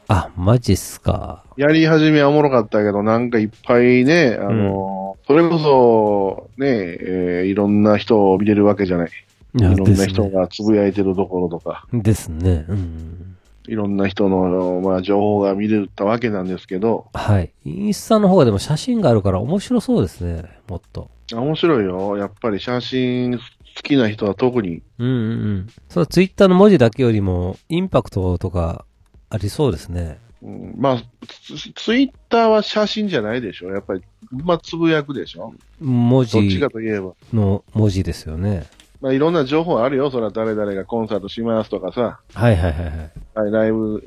Speaker 1: あ、マジっすか。
Speaker 2: やり始めはおもろかったけど、なんかいっぱいね、あのー、それこそ、ね、えーいろんな人を見れるわけじゃない。
Speaker 1: い
Speaker 2: い
Speaker 1: や
Speaker 2: ろん
Speaker 1: で
Speaker 2: な
Speaker 1: す
Speaker 2: 人
Speaker 1: ね。
Speaker 2: がつぶやいてるところとか、
Speaker 1: ですね。うん。
Speaker 2: いろんな人のあの、まあ、情報が見れたわけなんですけど、
Speaker 1: はい。インスタの方がでも写真があるから面白そうですね。もっと。
Speaker 2: 面白いよ。やっぱり写真好きな人は特に。
Speaker 1: うんうんうん。そのツイッターの文字だけよりも、インパクトとか、ありそうですね。
Speaker 2: うん、まあツ、ツイッターは写真じゃないでしょ。やっぱり、まあ、つぶやくでしょ。
Speaker 1: 文
Speaker 2: どっち
Speaker 1: 字
Speaker 2: かといえば。
Speaker 1: の文字ですよね。
Speaker 2: まあ、いろんな情報あるよ。それは誰々がコンサートしますとかさ、
Speaker 1: はいはいはいはい。
Speaker 2: はいライブ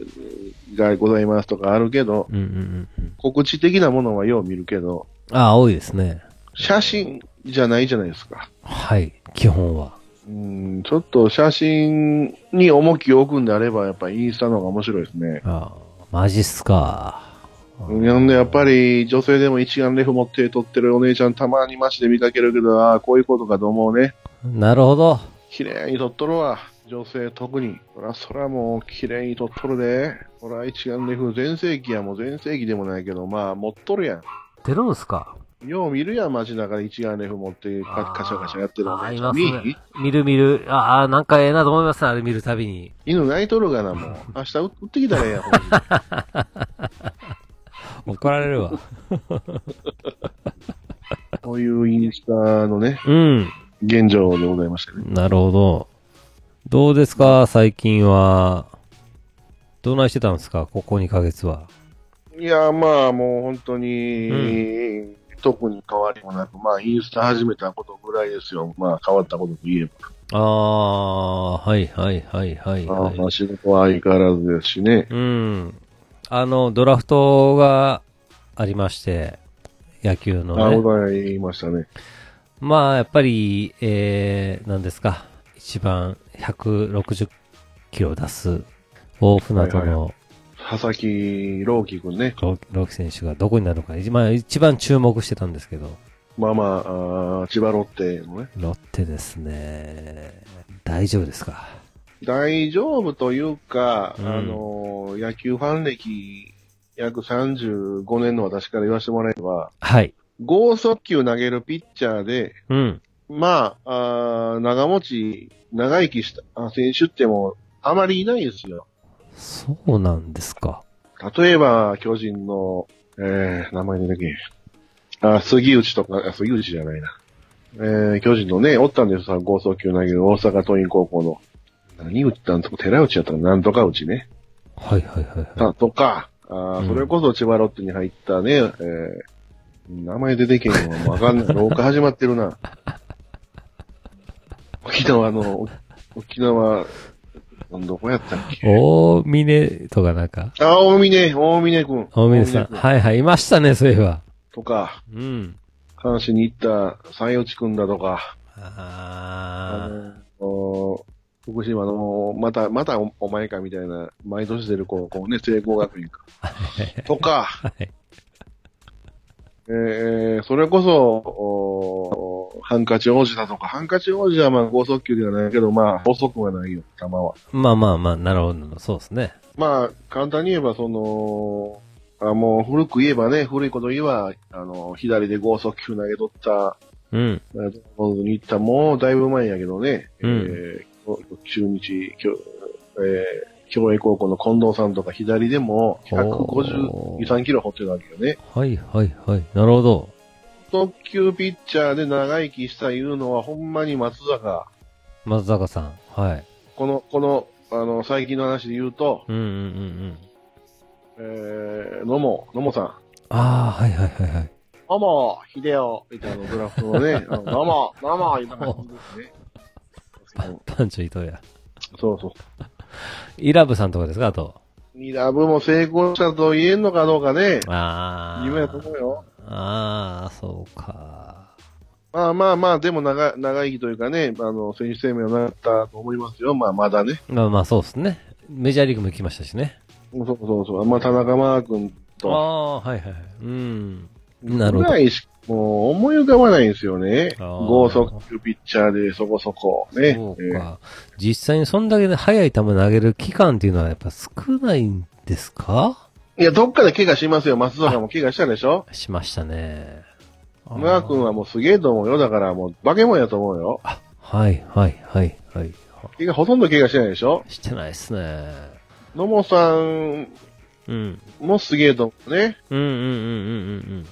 Speaker 2: がございますとかあるけど、
Speaker 1: うんうんうんうん。
Speaker 2: 告知的なものはよう見るけど、
Speaker 1: ああ、多いですね。
Speaker 2: 写真じゃないじゃないですか。
Speaker 1: はい。基本は。
Speaker 2: うん、ちょっと写真に重きを置くんであれば、やっぱインスタの方が面白いですね。
Speaker 1: ああ、マジっすか。
Speaker 2: なんでやっぱり女性でも一眼レフ持って撮ってるお姉ちゃんたまに街で見かけるけど、ああ、こういうことかと思うね。
Speaker 1: なるほど。
Speaker 2: 綺麗に撮っとるわ。女性特に。そらそらもう綺麗に撮っとるで。そら一眼レフ全盛期やもう全盛期でもないけど、まあ持っとるや
Speaker 1: 出るんすか
Speaker 2: ん。よう見るやん、街中で一眼レフ持ってカカシャカシャやってるお
Speaker 1: あー
Speaker 2: 姉
Speaker 1: い
Speaker 2: ちゃ
Speaker 1: ま
Speaker 2: ん
Speaker 1: す
Speaker 2: 見いひん
Speaker 1: ね。見る見る。ああ、なんかええなと思いますね。あれ見るたびに。
Speaker 2: 犬泣いとるがな、もう。明日売ってきたらええやん、ほんま
Speaker 1: 怒られるわ。
Speaker 2: にこういうインスタのね、
Speaker 1: うん。
Speaker 2: 現状でございましたね。
Speaker 1: なるほど。どうですか最近は。どないしてたんですかここ2ヶ月は。
Speaker 2: いや、まあ、もう本当に、
Speaker 1: う
Speaker 2: 特に変わりもなく、まあ、インスタ始めたことぐらいですよ。まあ、変わったことといえば。
Speaker 1: ああ、はいはいはいはい、
Speaker 2: まあま
Speaker 1: は
Speaker 2: あ、仕事は相変わらずですしね。
Speaker 1: い。うん。あの、ドラフトがありまして、野球のね。
Speaker 2: あ、ございましたね。
Speaker 1: まあ、やっぱり、えー、なんですか、一番160キロ出す大船渡
Speaker 2: はいはい
Speaker 1: の
Speaker 2: 佐々木朗希君ね。
Speaker 1: ロロキ選手がどこになるのか、一まあ、一番注目してたんですけど、
Speaker 2: まあまあ、あー千葉ロッテのね。
Speaker 1: ロッテですね。大丈夫ですか
Speaker 2: 大丈夫というか、
Speaker 1: うん
Speaker 2: あの、野球ファン歴約35年の私から言わせてもらえれば、
Speaker 1: はい。
Speaker 2: 剛速球投げるピッチャーで、
Speaker 1: うん。
Speaker 2: まあ、あー長持ち、長生きしたあ選手ってもあまりいないですよ。
Speaker 1: そうなんですか。
Speaker 2: 例えば、巨人の、えー、名前出てけえへんあ、杉内とか、あ杉内じゃないな。えー、巨人のね、おったんですよ、豪速球投げる大阪桐蔭高校の。何内なんとか、寺内だったかなんとか内ね。
Speaker 1: はいはいはいは
Speaker 2: たとか、あ
Speaker 1: うん
Speaker 2: ーそれこそ千葉ロッテに入ったね、えー名前出てけんのもうわかんない。廊下始まってるな。 沖縄の、沖縄、どこやったっけ
Speaker 1: い。大峰とかなんか、
Speaker 2: あ、大峰、大峰くん。
Speaker 1: 大峰さん。
Speaker 2: 大君
Speaker 1: はいはい、いましたね、そういえば。
Speaker 2: とか、
Speaker 1: うん。
Speaker 2: 関西に行った三四地くんだとか、
Speaker 1: あ
Speaker 2: あのお福島の、また、またおお前かみたいな、毎年出る高校ね、聖光学院か。とか、
Speaker 1: あ。はい。
Speaker 2: えー、それこそ、おハンカチ王子だとか、ハンカチ王子はまあ高速球ではないけど、まあ、細くはないよ、球は。
Speaker 1: まあまあまあ、なるほど。そうですね。
Speaker 2: まあ、簡単に言えば、その、あもう古く言えばね、古いこと言えば、あの、左で剛速球投げとった、
Speaker 1: うん。
Speaker 2: ドラゴンズに行ったもうだいぶ前やけどね、
Speaker 1: うん
Speaker 2: えー中日、きょえー共栄高校の近藤さんとか左でも152、
Speaker 1: ほう
Speaker 2: 3キロ掘ってるわけよね。
Speaker 1: はいはいはい。なるほど。
Speaker 2: 特急ピッチャーで長生きしたいうのはほんまに松坂、
Speaker 1: 松坂さん。はい。
Speaker 2: この、この、あの、最近の話で言うと、
Speaker 1: うんうんうんうん。
Speaker 2: えー、野茂、野茂さん。
Speaker 1: ああ、はいはいはいはい。
Speaker 2: 野茂、秀夫、みたいなドラフトの ね、あの野茂、野茂、みたいな感じですね。そう
Speaker 1: パンチョ伊藤や。
Speaker 2: そうそう。
Speaker 1: イラブさんとかですか、あと。
Speaker 2: ミラブも成功したと言えんのかどうかね。
Speaker 1: ああ。
Speaker 2: 夢やと思うよ。
Speaker 1: ああ、そうか。
Speaker 2: まあまあまあ、でも長長生きというかね、あの、選手生命はなかったと思いますよ。まあまだね。
Speaker 1: まあまあ、そうですね。メジャーリーグも行きましたしね。
Speaker 2: そうそうそう。まあ田中マー君
Speaker 1: あ
Speaker 2: と。
Speaker 1: あ、はいはいはい。うん。なるほ
Speaker 2: ぐ
Speaker 1: ど
Speaker 2: ら。いし、もう思い浮かばないんですよね。
Speaker 1: あー
Speaker 2: 豪速ピッチャーでそこそこ。ね。
Speaker 1: そう
Speaker 2: えー
Speaker 1: か。実際にそんだけ速い球投げる期間っていうのはやっぱ少ないんですか
Speaker 2: いや、どっかで怪我しますよ。松坂も怪我したでしょ
Speaker 1: しましたね。
Speaker 2: マー君はもうすげえと思うよ。だからもう化け物やと思うよ。
Speaker 1: はいはいはいはい。
Speaker 2: 怪我ほとんど怪我してないでしょ
Speaker 1: してないっすね。
Speaker 2: 野茂さん
Speaker 1: うん。
Speaker 2: もすげえと思うね。
Speaker 1: うんうんうんうんうん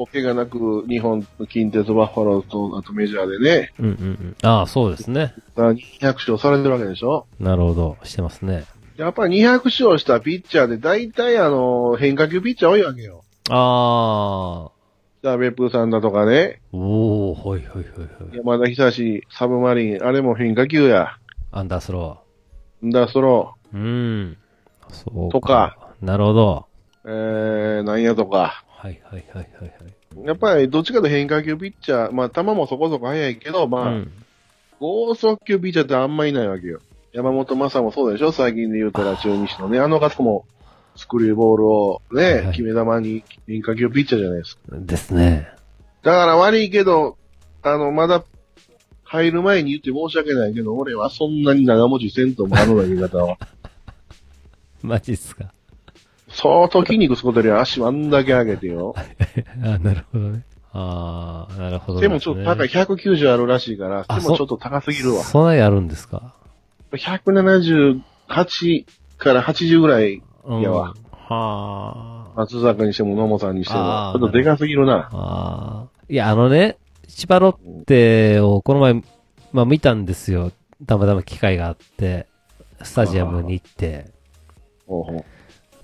Speaker 2: お怪我なく日本の近鉄バッファローズと、あとメジャーでね、
Speaker 1: うん。うんうんうん。ああ、そうですね。
Speaker 2: 200勝されてるわけでしょ
Speaker 1: なるほど。してますね。
Speaker 2: やっぱり200勝したピッチャーで、大体あの、変化球ピッチャー多いわけよ。
Speaker 1: ああ。
Speaker 2: ダーベプーさんだとかね、
Speaker 1: おおはいはいはいはい。
Speaker 2: 山田久志、サブマリン、あれも変化球や。
Speaker 1: アンダースロ
Speaker 2: んだ、その、
Speaker 1: ー。うん。そう
Speaker 2: とか
Speaker 1: なるほど。
Speaker 2: えー、なんやとか。
Speaker 1: はいはいはいはいはい。
Speaker 2: やっぱりどっちかと変化球ピッチャー、まあ球もそこそこ速いけど、まあ、
Speaker 1: うん。
Speaker 2: 剛速球ピッチャーってあんまいないわけよ。山本昌もそうでしょ最近で言うたら中日のね、あの方もスクリューボールをね、
Speaker 1: はいはい
Speaker 2: 決め球に変化球ピッチャーじゃないですか。
Speaker 1: ですね。
Speaker 2: だから悪いけど、あの、まだ入る前に言って申し訳ないけど、俺はそんなに長持ちせんと思う、あの投げ方 は。
Speaker 1: マジっすか。
Speaker 2: 相当筋肉使うてるよ。足あんだけ上げてよ。
Speaker 1: あなるほどね。ああ、なるほど、ね。
Speaker 2: 背もちょっと高い。190あるらしいから、
Speaker 1: あ
Speaker 2: 背もちょっと高すぎるわ。
Speaker 1: そんなにあるんですか。
Speaker 2: 178から80ぐらい、
Speaker 1: うん
Speaker 2: いやわ
Speaker 1: はあ。
Speaker 2: 松坂にしても野茂さんにしても、ち
Speaker 1: あー
Speaker 2: ょっとでかすぎるな。
Speaker 1: ああ。いや、あのね、千葉ロッテをこの前、まあ見たんですよ。たまたま機会があって、スタジアムに行って。
Speaker 2: ほうほ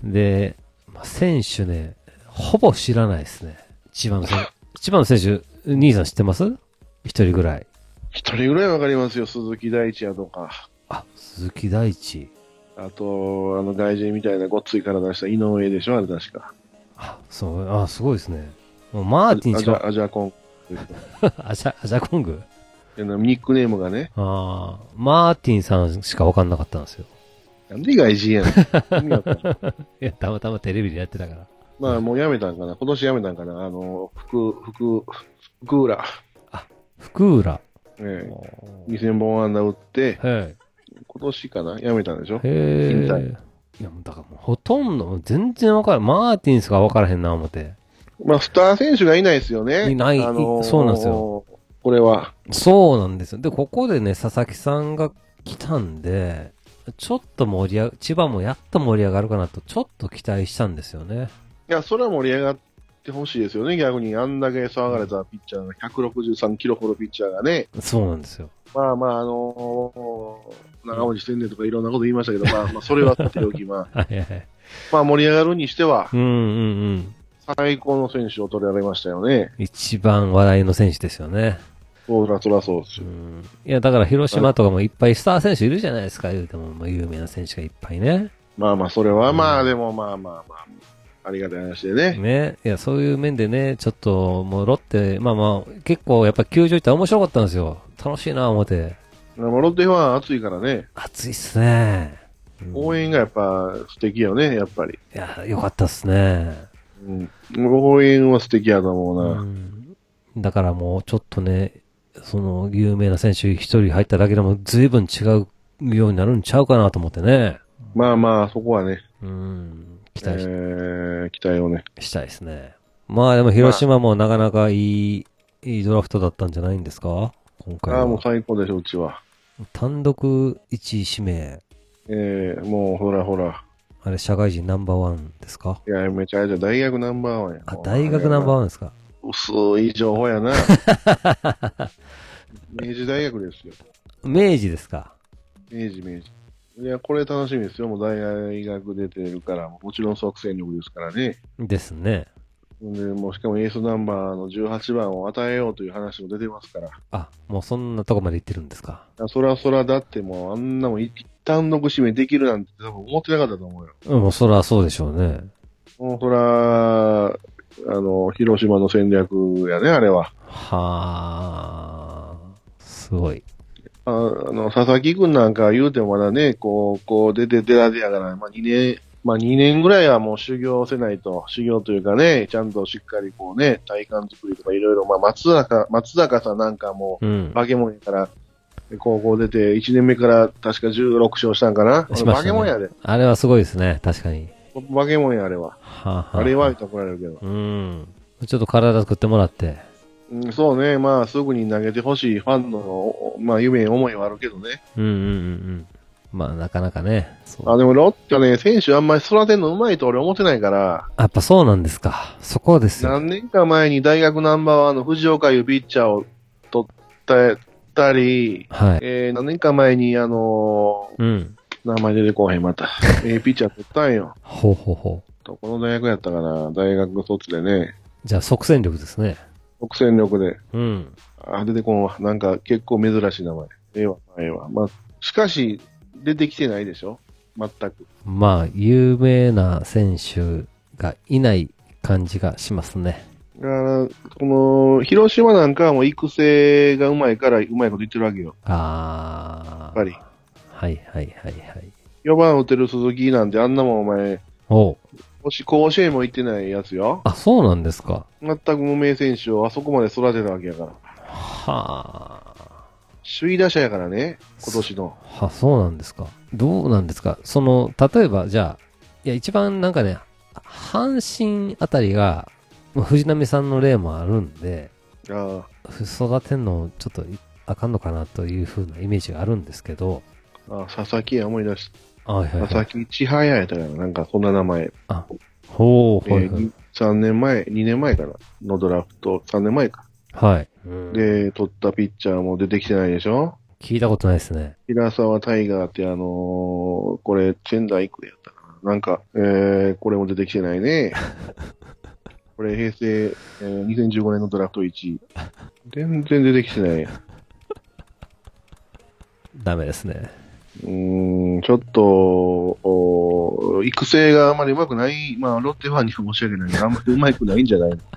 Speaker 2: う
Speaker 1: で、まあ選手ね、ほぼ知らないですね。千葉の選手。千葉の選手、兄さん知ってます一人ぐらい。
Speaker 2: 一人ぐらいわかりますよ。鈴木大地やとか。
Speaker 1: あ、鈴木大地。
Speaker 2: あと、あの外人みたいなごっつい体した井上でしょあれ確か。
Speaker 1: あ、そう、あ、すごいですね。もうマーティン
Speaker 2: ア
Speaker 1: し
Speaker 2: ジ
Speaker 1: か、
Speaker 2: ャアジャコン。
Speaker 1: アジャ、アジャコング
Speaker 2: ニックネームがね。
Speaker 1: ああ、マーティンさんしかわかんなかったんですよ。
Speaker 2: なんで外人 やねん意味わかんない。
Speaker 1: いや、たまたまテレビでやってたから。
Speaker 2: まあもうやめたんかな。今年やめたんかな。あの、福、福、福浦。
Speaker 1: 福浦。
Speaker 2: ええ2000本安打打って、
Speaker 1: はい。
Speaker 2: 今年かなやめたんでしょ
Speaker 1: へえ
Speaker 2: 引退。
Speaker 1: いや、もうだからもうほとんど、全然わからん。マーティンスがわからへんな、思って。
Speaker 2: まあスター選手がいないですよね。
Speaker 1: いないそうなんですよ。
Speaker 2: これは。
Speaker 1: そうなんですよ。で、ここでね、佐々木さんが来たんで、ちょっと盛り上が、千葉もやっと盛り上がるかなと、ちょっと期待したんですよね。
Speaker 2: いや、それは盛り上がっってほしいですよね、逆に。あんだけ騒がれたピッチャーが、163キロほどピッチャーがね、
Speaker 1: そうなんですよ。
Speaker 2: まあまあ、あのー、長持ちしてんねんとかいろんなこと言いましたけど、まあ、まあそれはさておき、まあ、
Speaker 1: はいはいはい。
Speaker 2: まあ盛り上がるにしては、
Speaker 1: うんうんうん。
Speaker 2: 最高の選手を取り上げましたよね。
Speaker 1: 一番話題の選手ですよね。
Speaker 2: そうだ、そらそうです
Speaker 1: う
Speaker 2: よ。
Speaker 1: ん。いや、だから広島とかもいっぱいスター選手いるじゃないですか、言うても。まあ、有名な選手がいっぱいね。
Speaker 2: まあまあ、それはま
Speaker 1: う
Speaker 2: あ、
Speaker 1: ん
Speaker 2: でもまあまあまあ、ありがたい話でね。
Speaker 1: ね。いや、そういう面でね、ちょっと、もうロッテ、まあまあ、結構やっぱ球場行ったら面白かったんですよ。楽しいな、思って。
Speaker 2: まあロッテファン暑いからね、
Speaker 1: 暑いっすね。うん
Speaker 2: 応援がやっぱ素敵よね、やっぱり。
Speaker 1: いや、よかったっすね。
Speaker 2: うん。応援は素敵やと思う
Speaker 1: う
Speaker 2: な。
Speaker 1: ん。だからもうちょっとね、その、有名な選手一人入っただけでも随分違うようになるんちゃうかなと思ってね。
Speaker 2: まあまあ、そこはね、
Speaker 1: うん。期
Speaker 2: え
Speaker 1: 待し,、
Speaker 2: ー、期待をね。
Speaker 1: たいですね。まあでも広島もなかなかいい、いいドラフトだったんじゃないんですか今回
Speaker 2: ああ、もう
Speaker 1: は。
Speaker 2: 最高でしょ、うちは。
Speaker 1: 単独1位指名。
Speaker 2: えー、もうほらほら。
Speaker 1: あれ、社会人ナンバーワンですか
Speaker 2: いや、めちゃめちゃ大学ナンバーワンや。
Speaker 1: あ、大学ナンバー
Speaker 2: ン。
Speaker 1: ワンですか
Speaker 2: 薄い情報 やな。明治大学ですよ。
Speaker 1: 明治ですか
Speaker 2: 明治、明治。いや、これ楽しみですよ。もう大学出てるから、もちろん即戦力ですからね。
Speaker 1: ですね。
Speaker 2: で、もうしかもエースナンバーの18番を与えようという話も出てますから。
Speaker 1: あ、もうそんなとこまで行ってるんですか
Speaker 2: あそらそらだってもうあんなもん一単独指名できるなんて多分思ってなかったと思うよ。
Speaker 1: うん、もうそらそうでしょうね。
Speaker 2: もうそら、あの、広島の戦略やね、あれは。
Speaker 1: はあ、すごい。
Speaker 2: ああの、佐々木くんなんか言うてもまだね、こう、こう出て出られやから、まあ2年、まあ2年ぐらいはもう修行せないと、修行というかね、ちゃんとしっかりこうね、体幹作りとかいろいろ、まあ松坂、松坂さんなんかも
Speaker 1: うん
Speaker 2: う、。化け物やから、高校出て1年目から確か16勝したんかな。
Speaker 1: しましたね
Speaker 2: 化け物やで。
Speaker 1: あれはすごいですね、確かに。
Speaker 2: 化け物や、あれは。
Speaker 1: はあ、は
Speaker 2: あれ言われたら怒られるけど。
Speaker 1: うん。ちょっと体作ってもらって。
Speaker 2: うん、そうね、まあすぐに投げてほしいファンの、おまあ夢、思いはあるけどね。
Speaker 1: うんうんうんうん。まあ、なかなかね。そう
Speaker 2: あ、でもロッテはね、選手あんまり育てんのうまいと俺思ってないから、
Speaker 1: やっぱそうなんですか。そこですよ。
Speaker 2: 何年か前に大学ナンバーワンの藤岡いうピッチャーを取ったたり、
Speaker 1: はい。
Speaker 2: えー、何年か前にあの
Speaker 1: うん。
Speaker 2: ー名前出てこうへん、また。えー、ピッチャー取ったんよ。
Speaker 1: ほうほうほう。
Speaker 2: どこの大学やったかな大学卒でね、
Speaker 1: じゃあ、即戦力ですね。
Speaker 2: 北戦力で。
Speaker 1: うん。
Speaker 2: あ、出てこんわ。なんか結構珍しい名前。ええわ、ええわ。まあ、しかし、出てきてないでしょ全く。
Speaker 1: まあ、有名な選手がいない感じがしますね。
Speaker 2: だから、この、広島なんかはもう育成がうまいから、うまいこと言ってるわけよ。
Speaker 1: あー。
Speaker 2: やっぱり。
Speaker 1: はいはいはいはい。
Speaker 2: 4番打てる鈴木なんてあんなもんお前、
Speaker 1: おう
Speaker 2: もし甲子園も行ってないやつよ。
Speaker 1: あ、そうなんですか。
Speaker 2: 全く無名選手をあそこまで育てたわけやから。
Speaker 1: は
Speaker 2: 首位打者やからね、今年の。
Speaker 1: あ、は、そうなんですか。どうなんですか。その、例えば、じゃあ、いや、一番なんかね、阪神あたりが、まあ藤波さんの例もあるんで、
Speaker 2: あ
Speaker 1: 育てんのちょっといあかんのかなというふうなイメージがあるんですけど、
Speaker 2: あ、あ佐々木や思い出した。
Speaker 1: あはいはい
Speaker 2: 佐
Speaker 1: は
Speaker 2: 々
Speaker 1: い。
Speaker 2: 木千早やったから、なんかそんな名前。
Speaker 1: ほ
Speaker 2: え
Speaker 1: う、はいはい。
Speaker 2: ー、3年前、2年前かな。のドラフト、3年前か。
Speaker 1: はい、うん
Speaker 2: で、取ったピッチャーも出てきてないでしょ
Speaker 1: 聞いたことないですね。
Speaker 2: 平沢タイガーってあのーこれ、仙台育英やったかな。なんか、えー、これも出てきてないね。これ、平成、えー、2015年のドラフト1位。全然出てきてないやん。
Speaker 1: ダメですね。
Speaker 2: うーん、ちょっと、おー育成があまりうまくない。まあ、ロッテファンには申し訳ないけど、あんまりうまくないんじゃないの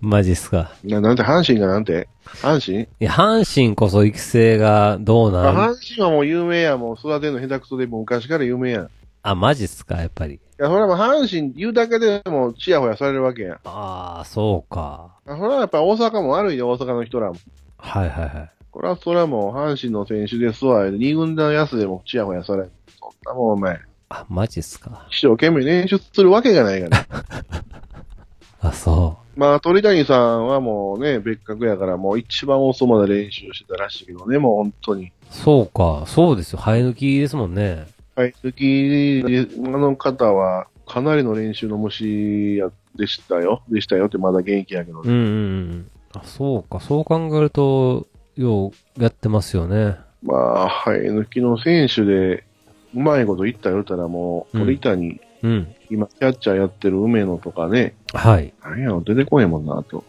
Speaker 1: マジっすか。
Speaker 2: ななんて、阪神がなんて阪神
Speaker 1: いや、阪神こそ育成がどう
Speaker 2: あ
Speaker 1: なん
Speaker 2: 阪神はもう有名や。もう育てるの下手くそで、もう昔から有名や。い
Speaker 1: あ、マジっすか、やっぱり。
Speaker 2: や、それはもう阪神言うだけでも、ちやほやされるわけや。
Speaker 1: ああ、そうか。
Speaker 2: あそれはやっぱ大阪も悪いよ、大阪の人らも。
Speaker 1: はいはいはい。
Speaker 2: これはそれはもう阪神の選手ですわ。二軍のやつでもちやほやされ。そんなもんお前、
Speaker 1: あ、マジっすか。
Speaker 2: 一生懸命練習するわけがない から。
Speaker 1: あ、そ
Speaker 2: まあ鳥谷さんはもうね、別格やからもう一番遅まで練習してたらしいけどね、もう本当に。
Speaker 1: う。そうか。そうですよ。生え抜きですもんね。
Speaker 2: はい、好き、あの方はかなりの練習の虫やでしたよ。でしたよってまだ現役やけど
Speaker 1: うんう
Speaker 2: ね。
Speaker 1: んうん。あ、そうか。そう考えると、ようやってますよね。
Speaker 2: まあ、生え抜きの選手で、うまいこと言ったよったらもう、
Speaker 1: うん
Speaker 2: 鳥谷、
Speaker 1: うん。
Speaker 2: 今、キャッチャーやってる梅野とかね、
Speaker 1: はい。
Speaker 2: なんやろ、出てこへんもんな、と。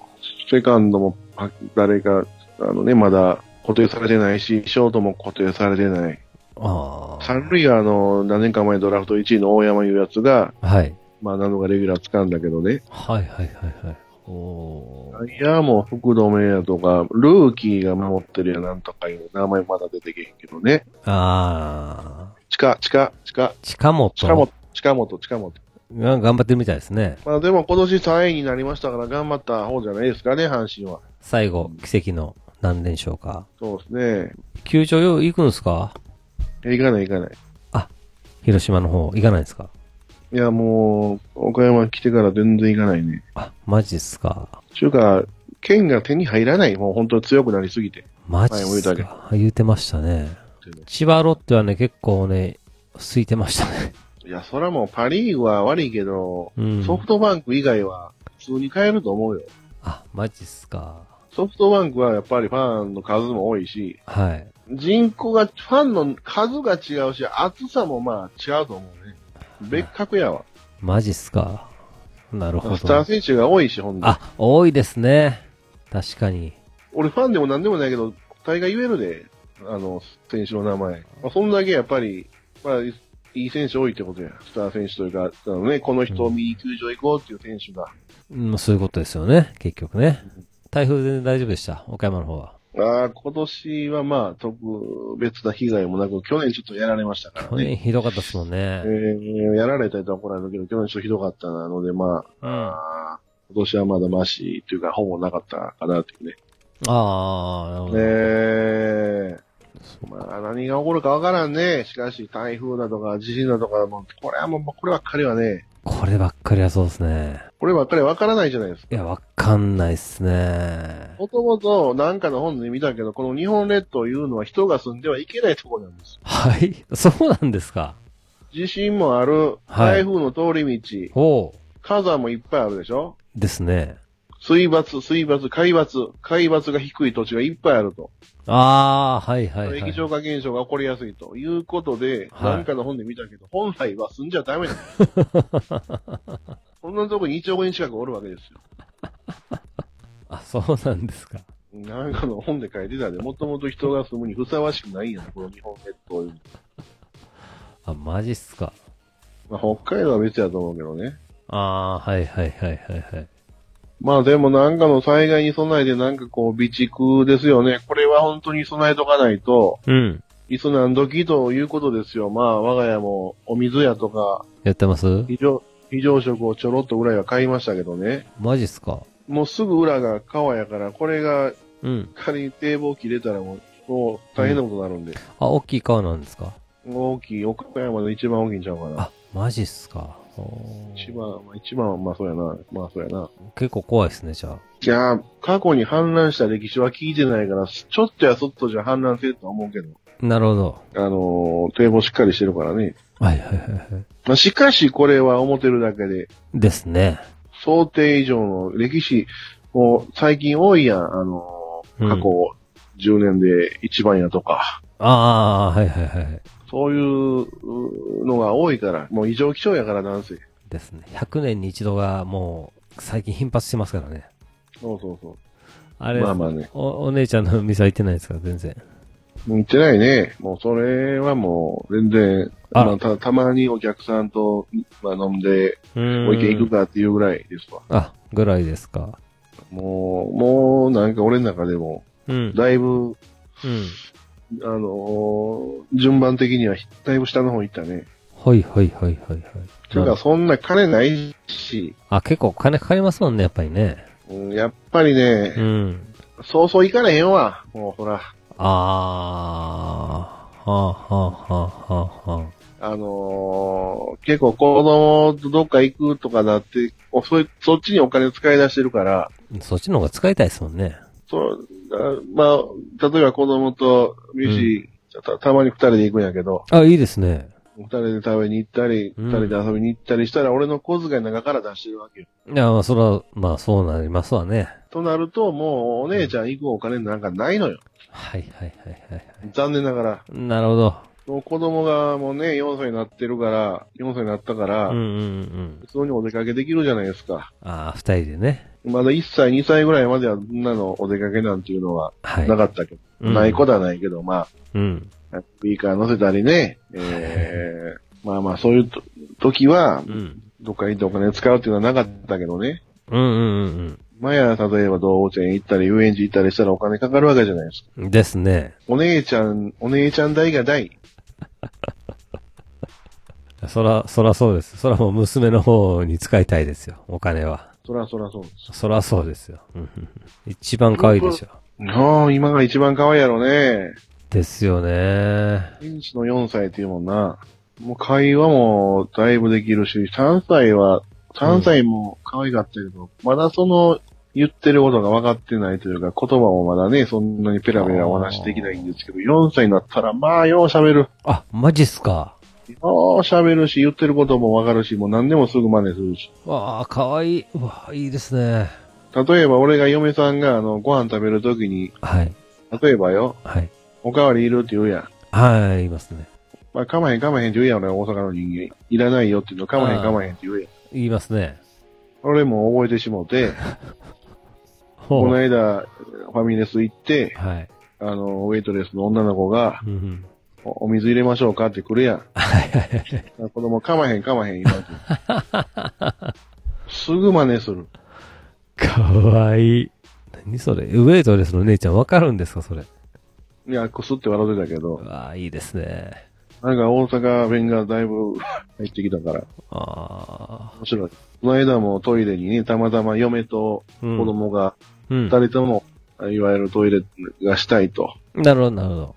Speaker 2: セカンドも、あ誰か、あのね、まだ固定されてないし、ショートも固定されてない。
Speaker 1: あ
Speaker 2: 三塁は、あの、何年か前ドラフト1位の大山いうやつが、
Speaker 1: あ。はい。
Speaker 2: まあ、何度かレギュラー掴んだけどね。
Speaker 1: はいはいはいはい。おー。
Speaker 2: いや、もう福留やとか、ルーキーが守ってるやなんとかいう名前まだ出てけへんけどね。
Speaker 1: ああ。
Speaker 2: 近、近、近、
Speaker 1: 近本。
Speaker 2: 近本、近本、近本。
Speaker 1: が頑張ってるみたいですね。
Speaker 2: まあでも今年3位になりましたから頑張った方じゃないですかね、阪神は。
Speaker 1: 最後、奇跡の何連勝か。
Speaker 2: そうですね。
Speaker 1: 球場よ、行くんですか
Speaker 2: え行かない行かない。
Speaker 1: 広島の方、行かないですか
Speaker 2: いや、もう、岡山来てから全然行かないね。
Speaker 1: あ、マジっすか。
Speaker 2: ちゅうか、剣が手に入らない。もう本当に強くなりすぎて。
Speaker 1: マジっす
Speaker 2: 前も言う
Speaker 1: か。言うてましたね。千葉ロッテはね、結構ね、空いてましたね。
Speaker 2: いや、そらもうパリーグは悪いけど、
Speaker 1: うん。
Speaker 2: ソフトバンク以外は普通に買えると思うよ。
Speaker 1: あ、マジっすか。
Speaker 2: ソフトバンクはやっぱりファンの数も多いし、
Speaker 1: はい。
Speaker 2: 人口が、ファンの数が違うし、厚さもまあ違うと思うね。別格やわ。
Speaker 1: マジっすか。なるほ
Speaker 2: スター
Speaker 1: ど。
Speaker 2: 選手が多いし、ほんで。
Speaker 1: あ、多いですね。確かに。
Speaker 2: 俺ファンでも何でもないけど、大概言えるで、あの、選手の名前。まあ、そんだけやっぱり、まあ、いいい選手多いってことや。スター選手というか、あのね、この人を見に球場行こうっていう選手が。
Speaker 1: うん、そういうことですよね。結局ね。台風全然大丈夫でした。岡山の方は。
Speaker 2: ああ、今年はまあ、特別な被害もなく、去年ちょっとやられましたから
Speaker 1: 去
Speaker 2: ね。
Speaker 1: 年ひどかったっすもんね
Speaker 2: え。ーやられたりとは怒られるけど、去年ちょっとひどかったので、
Speaker 1: うん。
Speaker 2: まあ、
Speaker 1: あ
Speaker 2: あー今年はまだマシというか、ほぼなかったかなっていうね。
Speaker 1: あ、なるほど。
Speaker 2: ねえ。
Speaker 1: そう
Speaker 2: まあ、何が起こるかわからんね。しかし、台風だとか、地震だとかも、これはもう、こればっかりはね、
Speaker 1: こればっかりはそうですね。
Speaker 2: こればっかりわからないじゃないですか。
Speaker 1: いや、わかんないっすね。
Speaker 2: もともと、なんかの本で見たけど、この日本列島いうのは人が住んではいけないところなんです。
Speaker 1: はい。そうなんですか。
Speaker 2: 地震もある、
Speaker 1: はい
Speaker 2: 台風の通り道、
Speaker 1: おう。
Speaker 2: 火山もいっぱいあるでしょ
Speaker 1: ですね。
Speaker 2: 水抜、水抜、海抜、海抜が低い土地がいっぱいあると。
Speaker 1: ああ、はいはいはい。
Speaker 2: 液状化現象が起こりやすいということで、
Speaker 1: はい
Speaker 2: なんかの本で見たけど、本来は住んじゃ ダメだ。そんなとこに1億人近くおるわけですよ。
Speaker 1: あ、そうなんですか。
Speaker 2: なんかの本で書いてたで、もともと人が住むにふさわしくないんやな、この日本列島に。
Speaker 1: あ、マジっすか。
Speaker 2: まあ、北海道は別やと思うけどね。
Speaker 1: ああ、はいはいはいはいはい。
Speaker 2: まあでもなんかの災害に備えてなんかこう備蓄ですよね。これは本当に備えとかないと、
Speaker 1: うん。
Speaker 2: いつ何時ということですよ。まあ我が家もお水やとか、
Speaker 1: やってます
Speaker 2: 非常、非常食をちょろっとぐらいは買いましたけどね。
Speaker 1: マジっすか。
Speaker 2: もうすぐ裏が川やから、これが
Speaker 1: うん。
Speaker 2: 仮に堤防切れたらもう、もう大変なことになるんで。
Speaker 1: あ、大きい川なんですか。
Speaker 2: 大きい、岡山の一番大きいんちゃうかな。
Speaker 1: あ、マジっすか。おー
Speaker 2: 一番、まあ一番はまあそうやな。まあそうやな。
Speaker 1: 結構怖いですね、じゃあ。
Speaker 2: いやー過去に氾濫した歴史は聞いてないから、ちょっとやそっとじゃ氾濫せるとは思うけど。
Speaker 1: なるほど。
Speaker 2: あのー堤防しっかりしてるからね。
Speaker 1: はいはいはいは
Speaker 2: まあしかしこれは思ってるだけで、
Speaker 1: い。ですね。
Speaker 2: 想定以上の歴史、もう最近多いやん。あのー
Speaker 1: うん
Speaker 2: 過去10年で一番やとか。
Speaker 1: ああ、はいはいはい。
Speaker 2: そういうのが多いから、もう異常気象やからなんせ。
Speaker 1: ですね。100年に一度がもう、最近頻発してますからね。
Speaker 2: そうそうそ
Speaker 1: あ
Speaker 2: う。
Speaker 1: れ、
Speaker 2: まあまあね。
Speaker 1: おお姉ちゃんの店は行ってないですから、全然。
Speaker 2: 行ってないね。もうそれはもう全然、
Speaker 1: あ
Speaker 2: まあ、たたまにお客さんと、まあ、飲んで、ご意見行くかっていうぐらいですわ。
Speaker 1: あ、ぐらいですか。
Speaker 2: もう、もうなんか俺の中でも、
Speaker 1: うん。
Speaker 2: だいぶ、
Speaker 1: うん。
Speaker 2: あのー順番的にはだいぶ下の方行ったね。
Speaker 1: はいはいはいはいはい。
Speaker 2: ていう
Speaker 1: なる
Speaker 2: かそんな金ないし、
Speaker 1: あ、結構金かかりますもんね、やっぱりね。
Speaker 2: うん、やっぱりね、
Speaker 1: うん。
Speaker 2: そうそう行かれへんわ。もうほら。
Speaker 1: あー、はあ、はあ、はあ、は
Speaker 2: あのー結構子供とどっか行くとかなって、おそいそっちにお金使い出してるから、
Speaker 1: あ。そっちの方が使いたいですもんね。
Speaker 2: そうあまあ、例えば子供とミュージーたたまに二人で行くんやけど、
Speaker 1: あ、いいですね。
Speaker 2: 二人で食べに行ったり、
Speaker 1: うん
Speaker 2: 二人で遊びに行ったりしたら、俺の小遣いの中から出してるわけよ。
Speaker 1: いや、まあ、それは、まあ、そうなりますわね。
Speaker 2: となると、もう、お姉ちゃん行くお金なんかないのよ。
Speaker 1: はいはいはいはい。
Speaker 2: 残念ながら。
Speaker 1: なるほど。
Speaker 2: もう子供がもうね、4歳になってるから、4歳になったから、
Speaker 1: うんうんうん。
Speaker 2: 普通にお出かけできるじゃないですか。
Speaker 1: ああ、二人でね。
Speaker 2: まだ1歳、2歳ぐらいまでは、そんなのお出かけなんていうのは
Speaker 1: はい。
Speaker 2: なかったけど、
Speaker 1: うん
Speaker 2: ないことはないけど、ま
Speaker 1: うん。
Speaker 2: あ、ビーカー乗せたりね、えー、まあまあそういうと時は
Speaker 1: う、ん。
Speaker 2: どっかに行ってお金使うっていうのはなかったけどね。
Speaker 1: うんうんうん
Speaker 2: 前は例えば動物園行ったり、遊園地行ったりしたらお金かかるわけじゃないですか。
Speaker 1: うん。ですね。
Speaker 2: お姉ちゃん、お姉ちゃん代が代。
Speaker 1: そら、そらそうです。そらもう娘の方に使いたいですよ。お金は。
Speaker 2: そらそらそうです。
Speaker 1: そらそうですよ。うんうんうん一番可愛いでしょ。
Speaker 2: ああ、今が一番可愛いやろね。
Speaker 1: ですよね。
Speaker 2: 天使の4歳っていうもんな。もう会話もだいぶできるし、3歳は、3歳も可愛かったけど、まだその言ってることが分かってないというか、言葉もまだね、そんなにペラペラお話できないんですけど、4歳になったら、まあ、よう喋る。
Speaker 1: あ、マジっすか。
Speaker 2: よう喋るし、言ってることも分かるし、もう何でもすぐ真似するし。
Speaker 1: わあ、可愛い。うわあ、いいですね。
Speaker 2: 例えば俺が嫁さんが、あの、ご飯食べるときに、
Speaker 1: はい。
Speaker 2: 例えばよ、
Speaker 1: はい。
Speaker 2: おかわりいるって言うやん。
Speaker 1: はい、言いますね。
Speaker 2: まあ、かまへんかまへんって言うやん、俺大阪の人間。いらないよって言うの、かまへんかまへんって言うやん。
Speaker 1: 言いますね。
Speaker 2: 俺も覚えてしもうて、
Speaker 1: ほ
Speaker 2: この
Speaker 1: う。
Speaker 2: 間、ファミレス行って、
Speaker 1: はい。
Speaker 2: あの、ウェイトレスの女の子が、
Speaker 1: うんうん。
Speaker 2: おお水入れましょうかって来るや
Speaker 1: はいはいはい。
Speaker 2: ん。子供かまへんかまへん 今って。すぐ真似する。
Speaker 1: かわいい。何それウェイトレスの姉ちゃんわかるんですかそれ。
Speaker 2: いや、くすって笑ってたけど、
Speaker 1: わあ、いいですね。
Speaker 2: なんか大阪弁がだいぶ入ってきたから、
Speaker 1: ああ。
Speaker 2: 面白い。この間もトイレにね、たまたま嫁と
Speaker 1: うん
Speaker 2: 子供が、
Speaker 1: うん。
Speaker 2: 二
Speaker 1: なる
Speaker 2: 人とも、いわゆるトイレがしたいと。
Speaker 1: ほど、なるほど。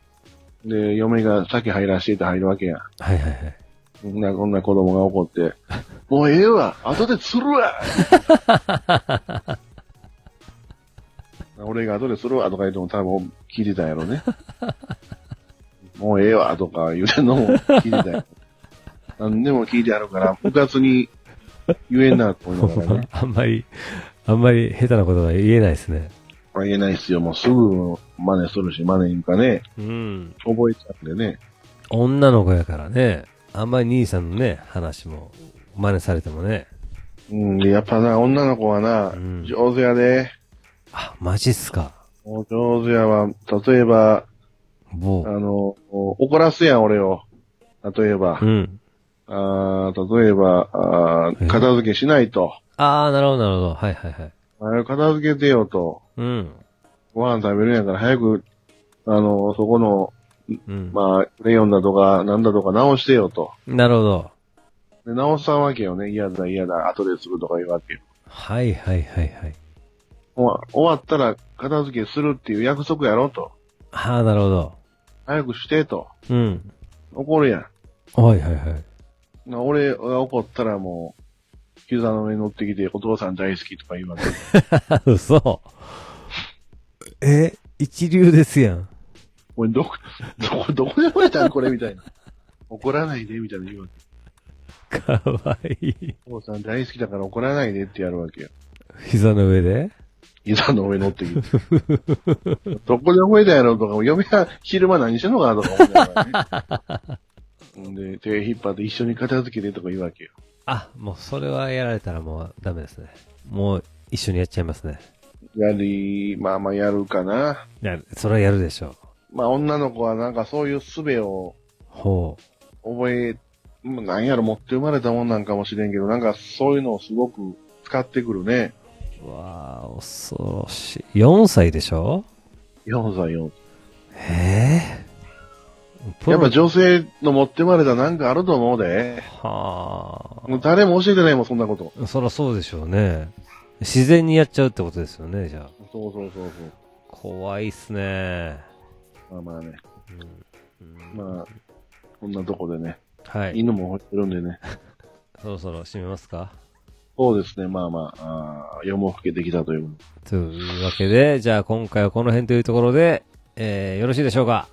Speaker 2: で、嫁が先入らしてって入るわけやん。
Speaker 1: はいはいはい。。
Speaker 2: こんな、こんな子供が怒って、もうええわ後で釣るわ俺が後で釣るわとか言っても多分聞いてたんやろね。もうええわとか言うてんのも聞いてたんやろ。何でも聞いてあるから、部活に言えんなと思いながらね
Speaker 1: あんまり、あんまり下手なことは言えないですね。
Speaker 2: まあ言えないっすよ。もうすぐ真似するし、真似いうかね、
Speaker 1: うん。
Speaker 2: 覚えちゃうんでね。
Speaker 1: 女の子やからね。あんまり兄さんのね、話も、真似されてもね。
Speaker 2: うん、でやっぱな、女の子はな
Speaker 1: うん、
Speaker 2: 上手やで。
Speaker 1: あ、マジっすか。
Speaker 2: もう上手やわ。例えば、
Speaker 1: も
Speaker 2: あの、怒らすやん、俺を。例えば
Speaker 1: う。う、ん。
Speaker 2: あー例えばあー
Speaker 1: え
Speaker 2: 片付けしないと。
Speaker 1: ああ、なるほど、なるほど。はいはいはい。
Speaker 2: あ片付けてよと。
Speaker 1: うん。
Speaker 2: ご飯食べるんやから早く、あの、そこの、
Speaker 1: うん。
Speaker 2: まあ、レヨンだとか、なんだとか直してよと。
Speaker 1: なるほど。
Speaker 2: で直さんわけよね。嫌だ、嫌だ、後でするとか言うわけよ。
Speaker 1: はいはいはいはい。
Speaker 2: 終わ終わったら片付けするっていう約束やろと。
Speaker 1: ああ、なるほど。
Speaker 2: 早くしてと。
Speaker 1: うん。
Speaker 2: 怒るやん。
Speaker 1: はいはいはい。
Speaker 2: な俺が怒ったらもう、膝の上に乗ってきて、お父さん大好きとか言うわけ。
Speaker 1: 嘘。え、一流ですやん。
Speaker 2: おい、どこ、どこ、どこでもやったんこれみたいな。怒らないで、みたいな言うわけ。
Speaker 1: かわいい。
Speaker 2: お父さん大好きだから怒らないでってやるわけよ。
Speaker 1: 膝の上で
Speaker 2: 膝の上乗ってきて。どこで覚えたやろうとか、嫁が昼間何してんのかなとか思いながらね。で、手引っ張って一緒に片付けてとか言うわけよ。
Speaker 1: あ、もうそれはやられたらもうダメですね。もう一緒にやっちゃいますね。
Speaker 2: やり、まあまあやるかな。
Speaker 1: やる。それはやるでしょう。
Speaker 2: まあ女の子はなんかそういう術を
Speaker 1: ほ
Speaker 2: 覚え、もうなんやろ持って生まれたもんなんかもしれんけど、なんかそういうのをすごく使ってくるね。
Speaker 1: う。わあ、恐ろしい。4歳でしょ
Speaker 2: 4歳4歳。
Speaker 1: ええプ
Speaker 2: やっ
Speaker 1: ロ
Speaker 2: ぱ女性の持って生まれたなんかあると思うで。
Speaker 1: は
Speaker 2: もう誰も教えてないもん、そんなこと。
Speaker 1: あ。そらそうでしょうね。自然にやっちゃうってことですよね、じゃあ。
Speaker 2: そうそうそう
Speaker 1: 怖いっすね。
Speaker 2: そう。まあまあね。
Speaker 1: うん
Speaker 2: まあ、こんなとこでね。
Speaker 1: はい。
Speaker 2: 犬も吠ってるんでね。
Speaker 1: そろそろ締めますか
Speaker 2: そうですね、まあまあ、あー夜も更けてきたという。
Speaker 1: というわけで、じゃあ今回はこの辺というところで、えー、よろしいでしょうか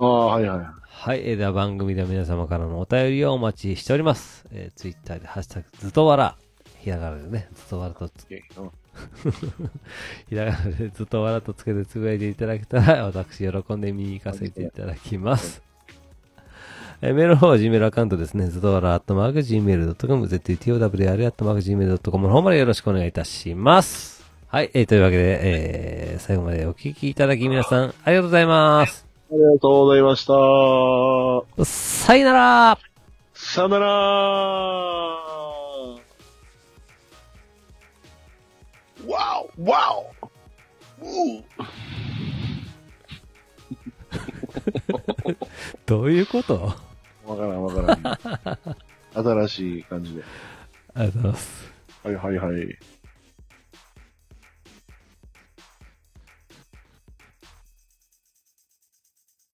Speaker 2: ああ、はいはい。
Speaker 1: はい、えーでは番組では皆様からのお便りをお待ちしております。えー、ツイッターで、ハッシュタグ、ずとわら。ひらがなでね、ずとわらとつ、
Speaker 2: えうん
Speaker 1: ひらがなでずとわらとつけてつぶやいていただけたら、私、喜んで見に行かせていただきます。えーメールの方は Gmail アカウントですね。ずとわら、アットマーク、gmail.com、zutowr、アットマーク、gmail.com の方までよろしくお願いいたします。はい、えーというわけで、えー最後までお聞きいただき皆さん、ありがとうございます。
Speaker 2: ありがとうございました。
Speaker 1: さよなら
Speaker 2: さよならわおわおう
Speaker 1: どういうこと
Speaker 2: わからんわ からん。新しい感じで。
Speaker 1: ありがとうございます。
Speaker 2: はいはいはい。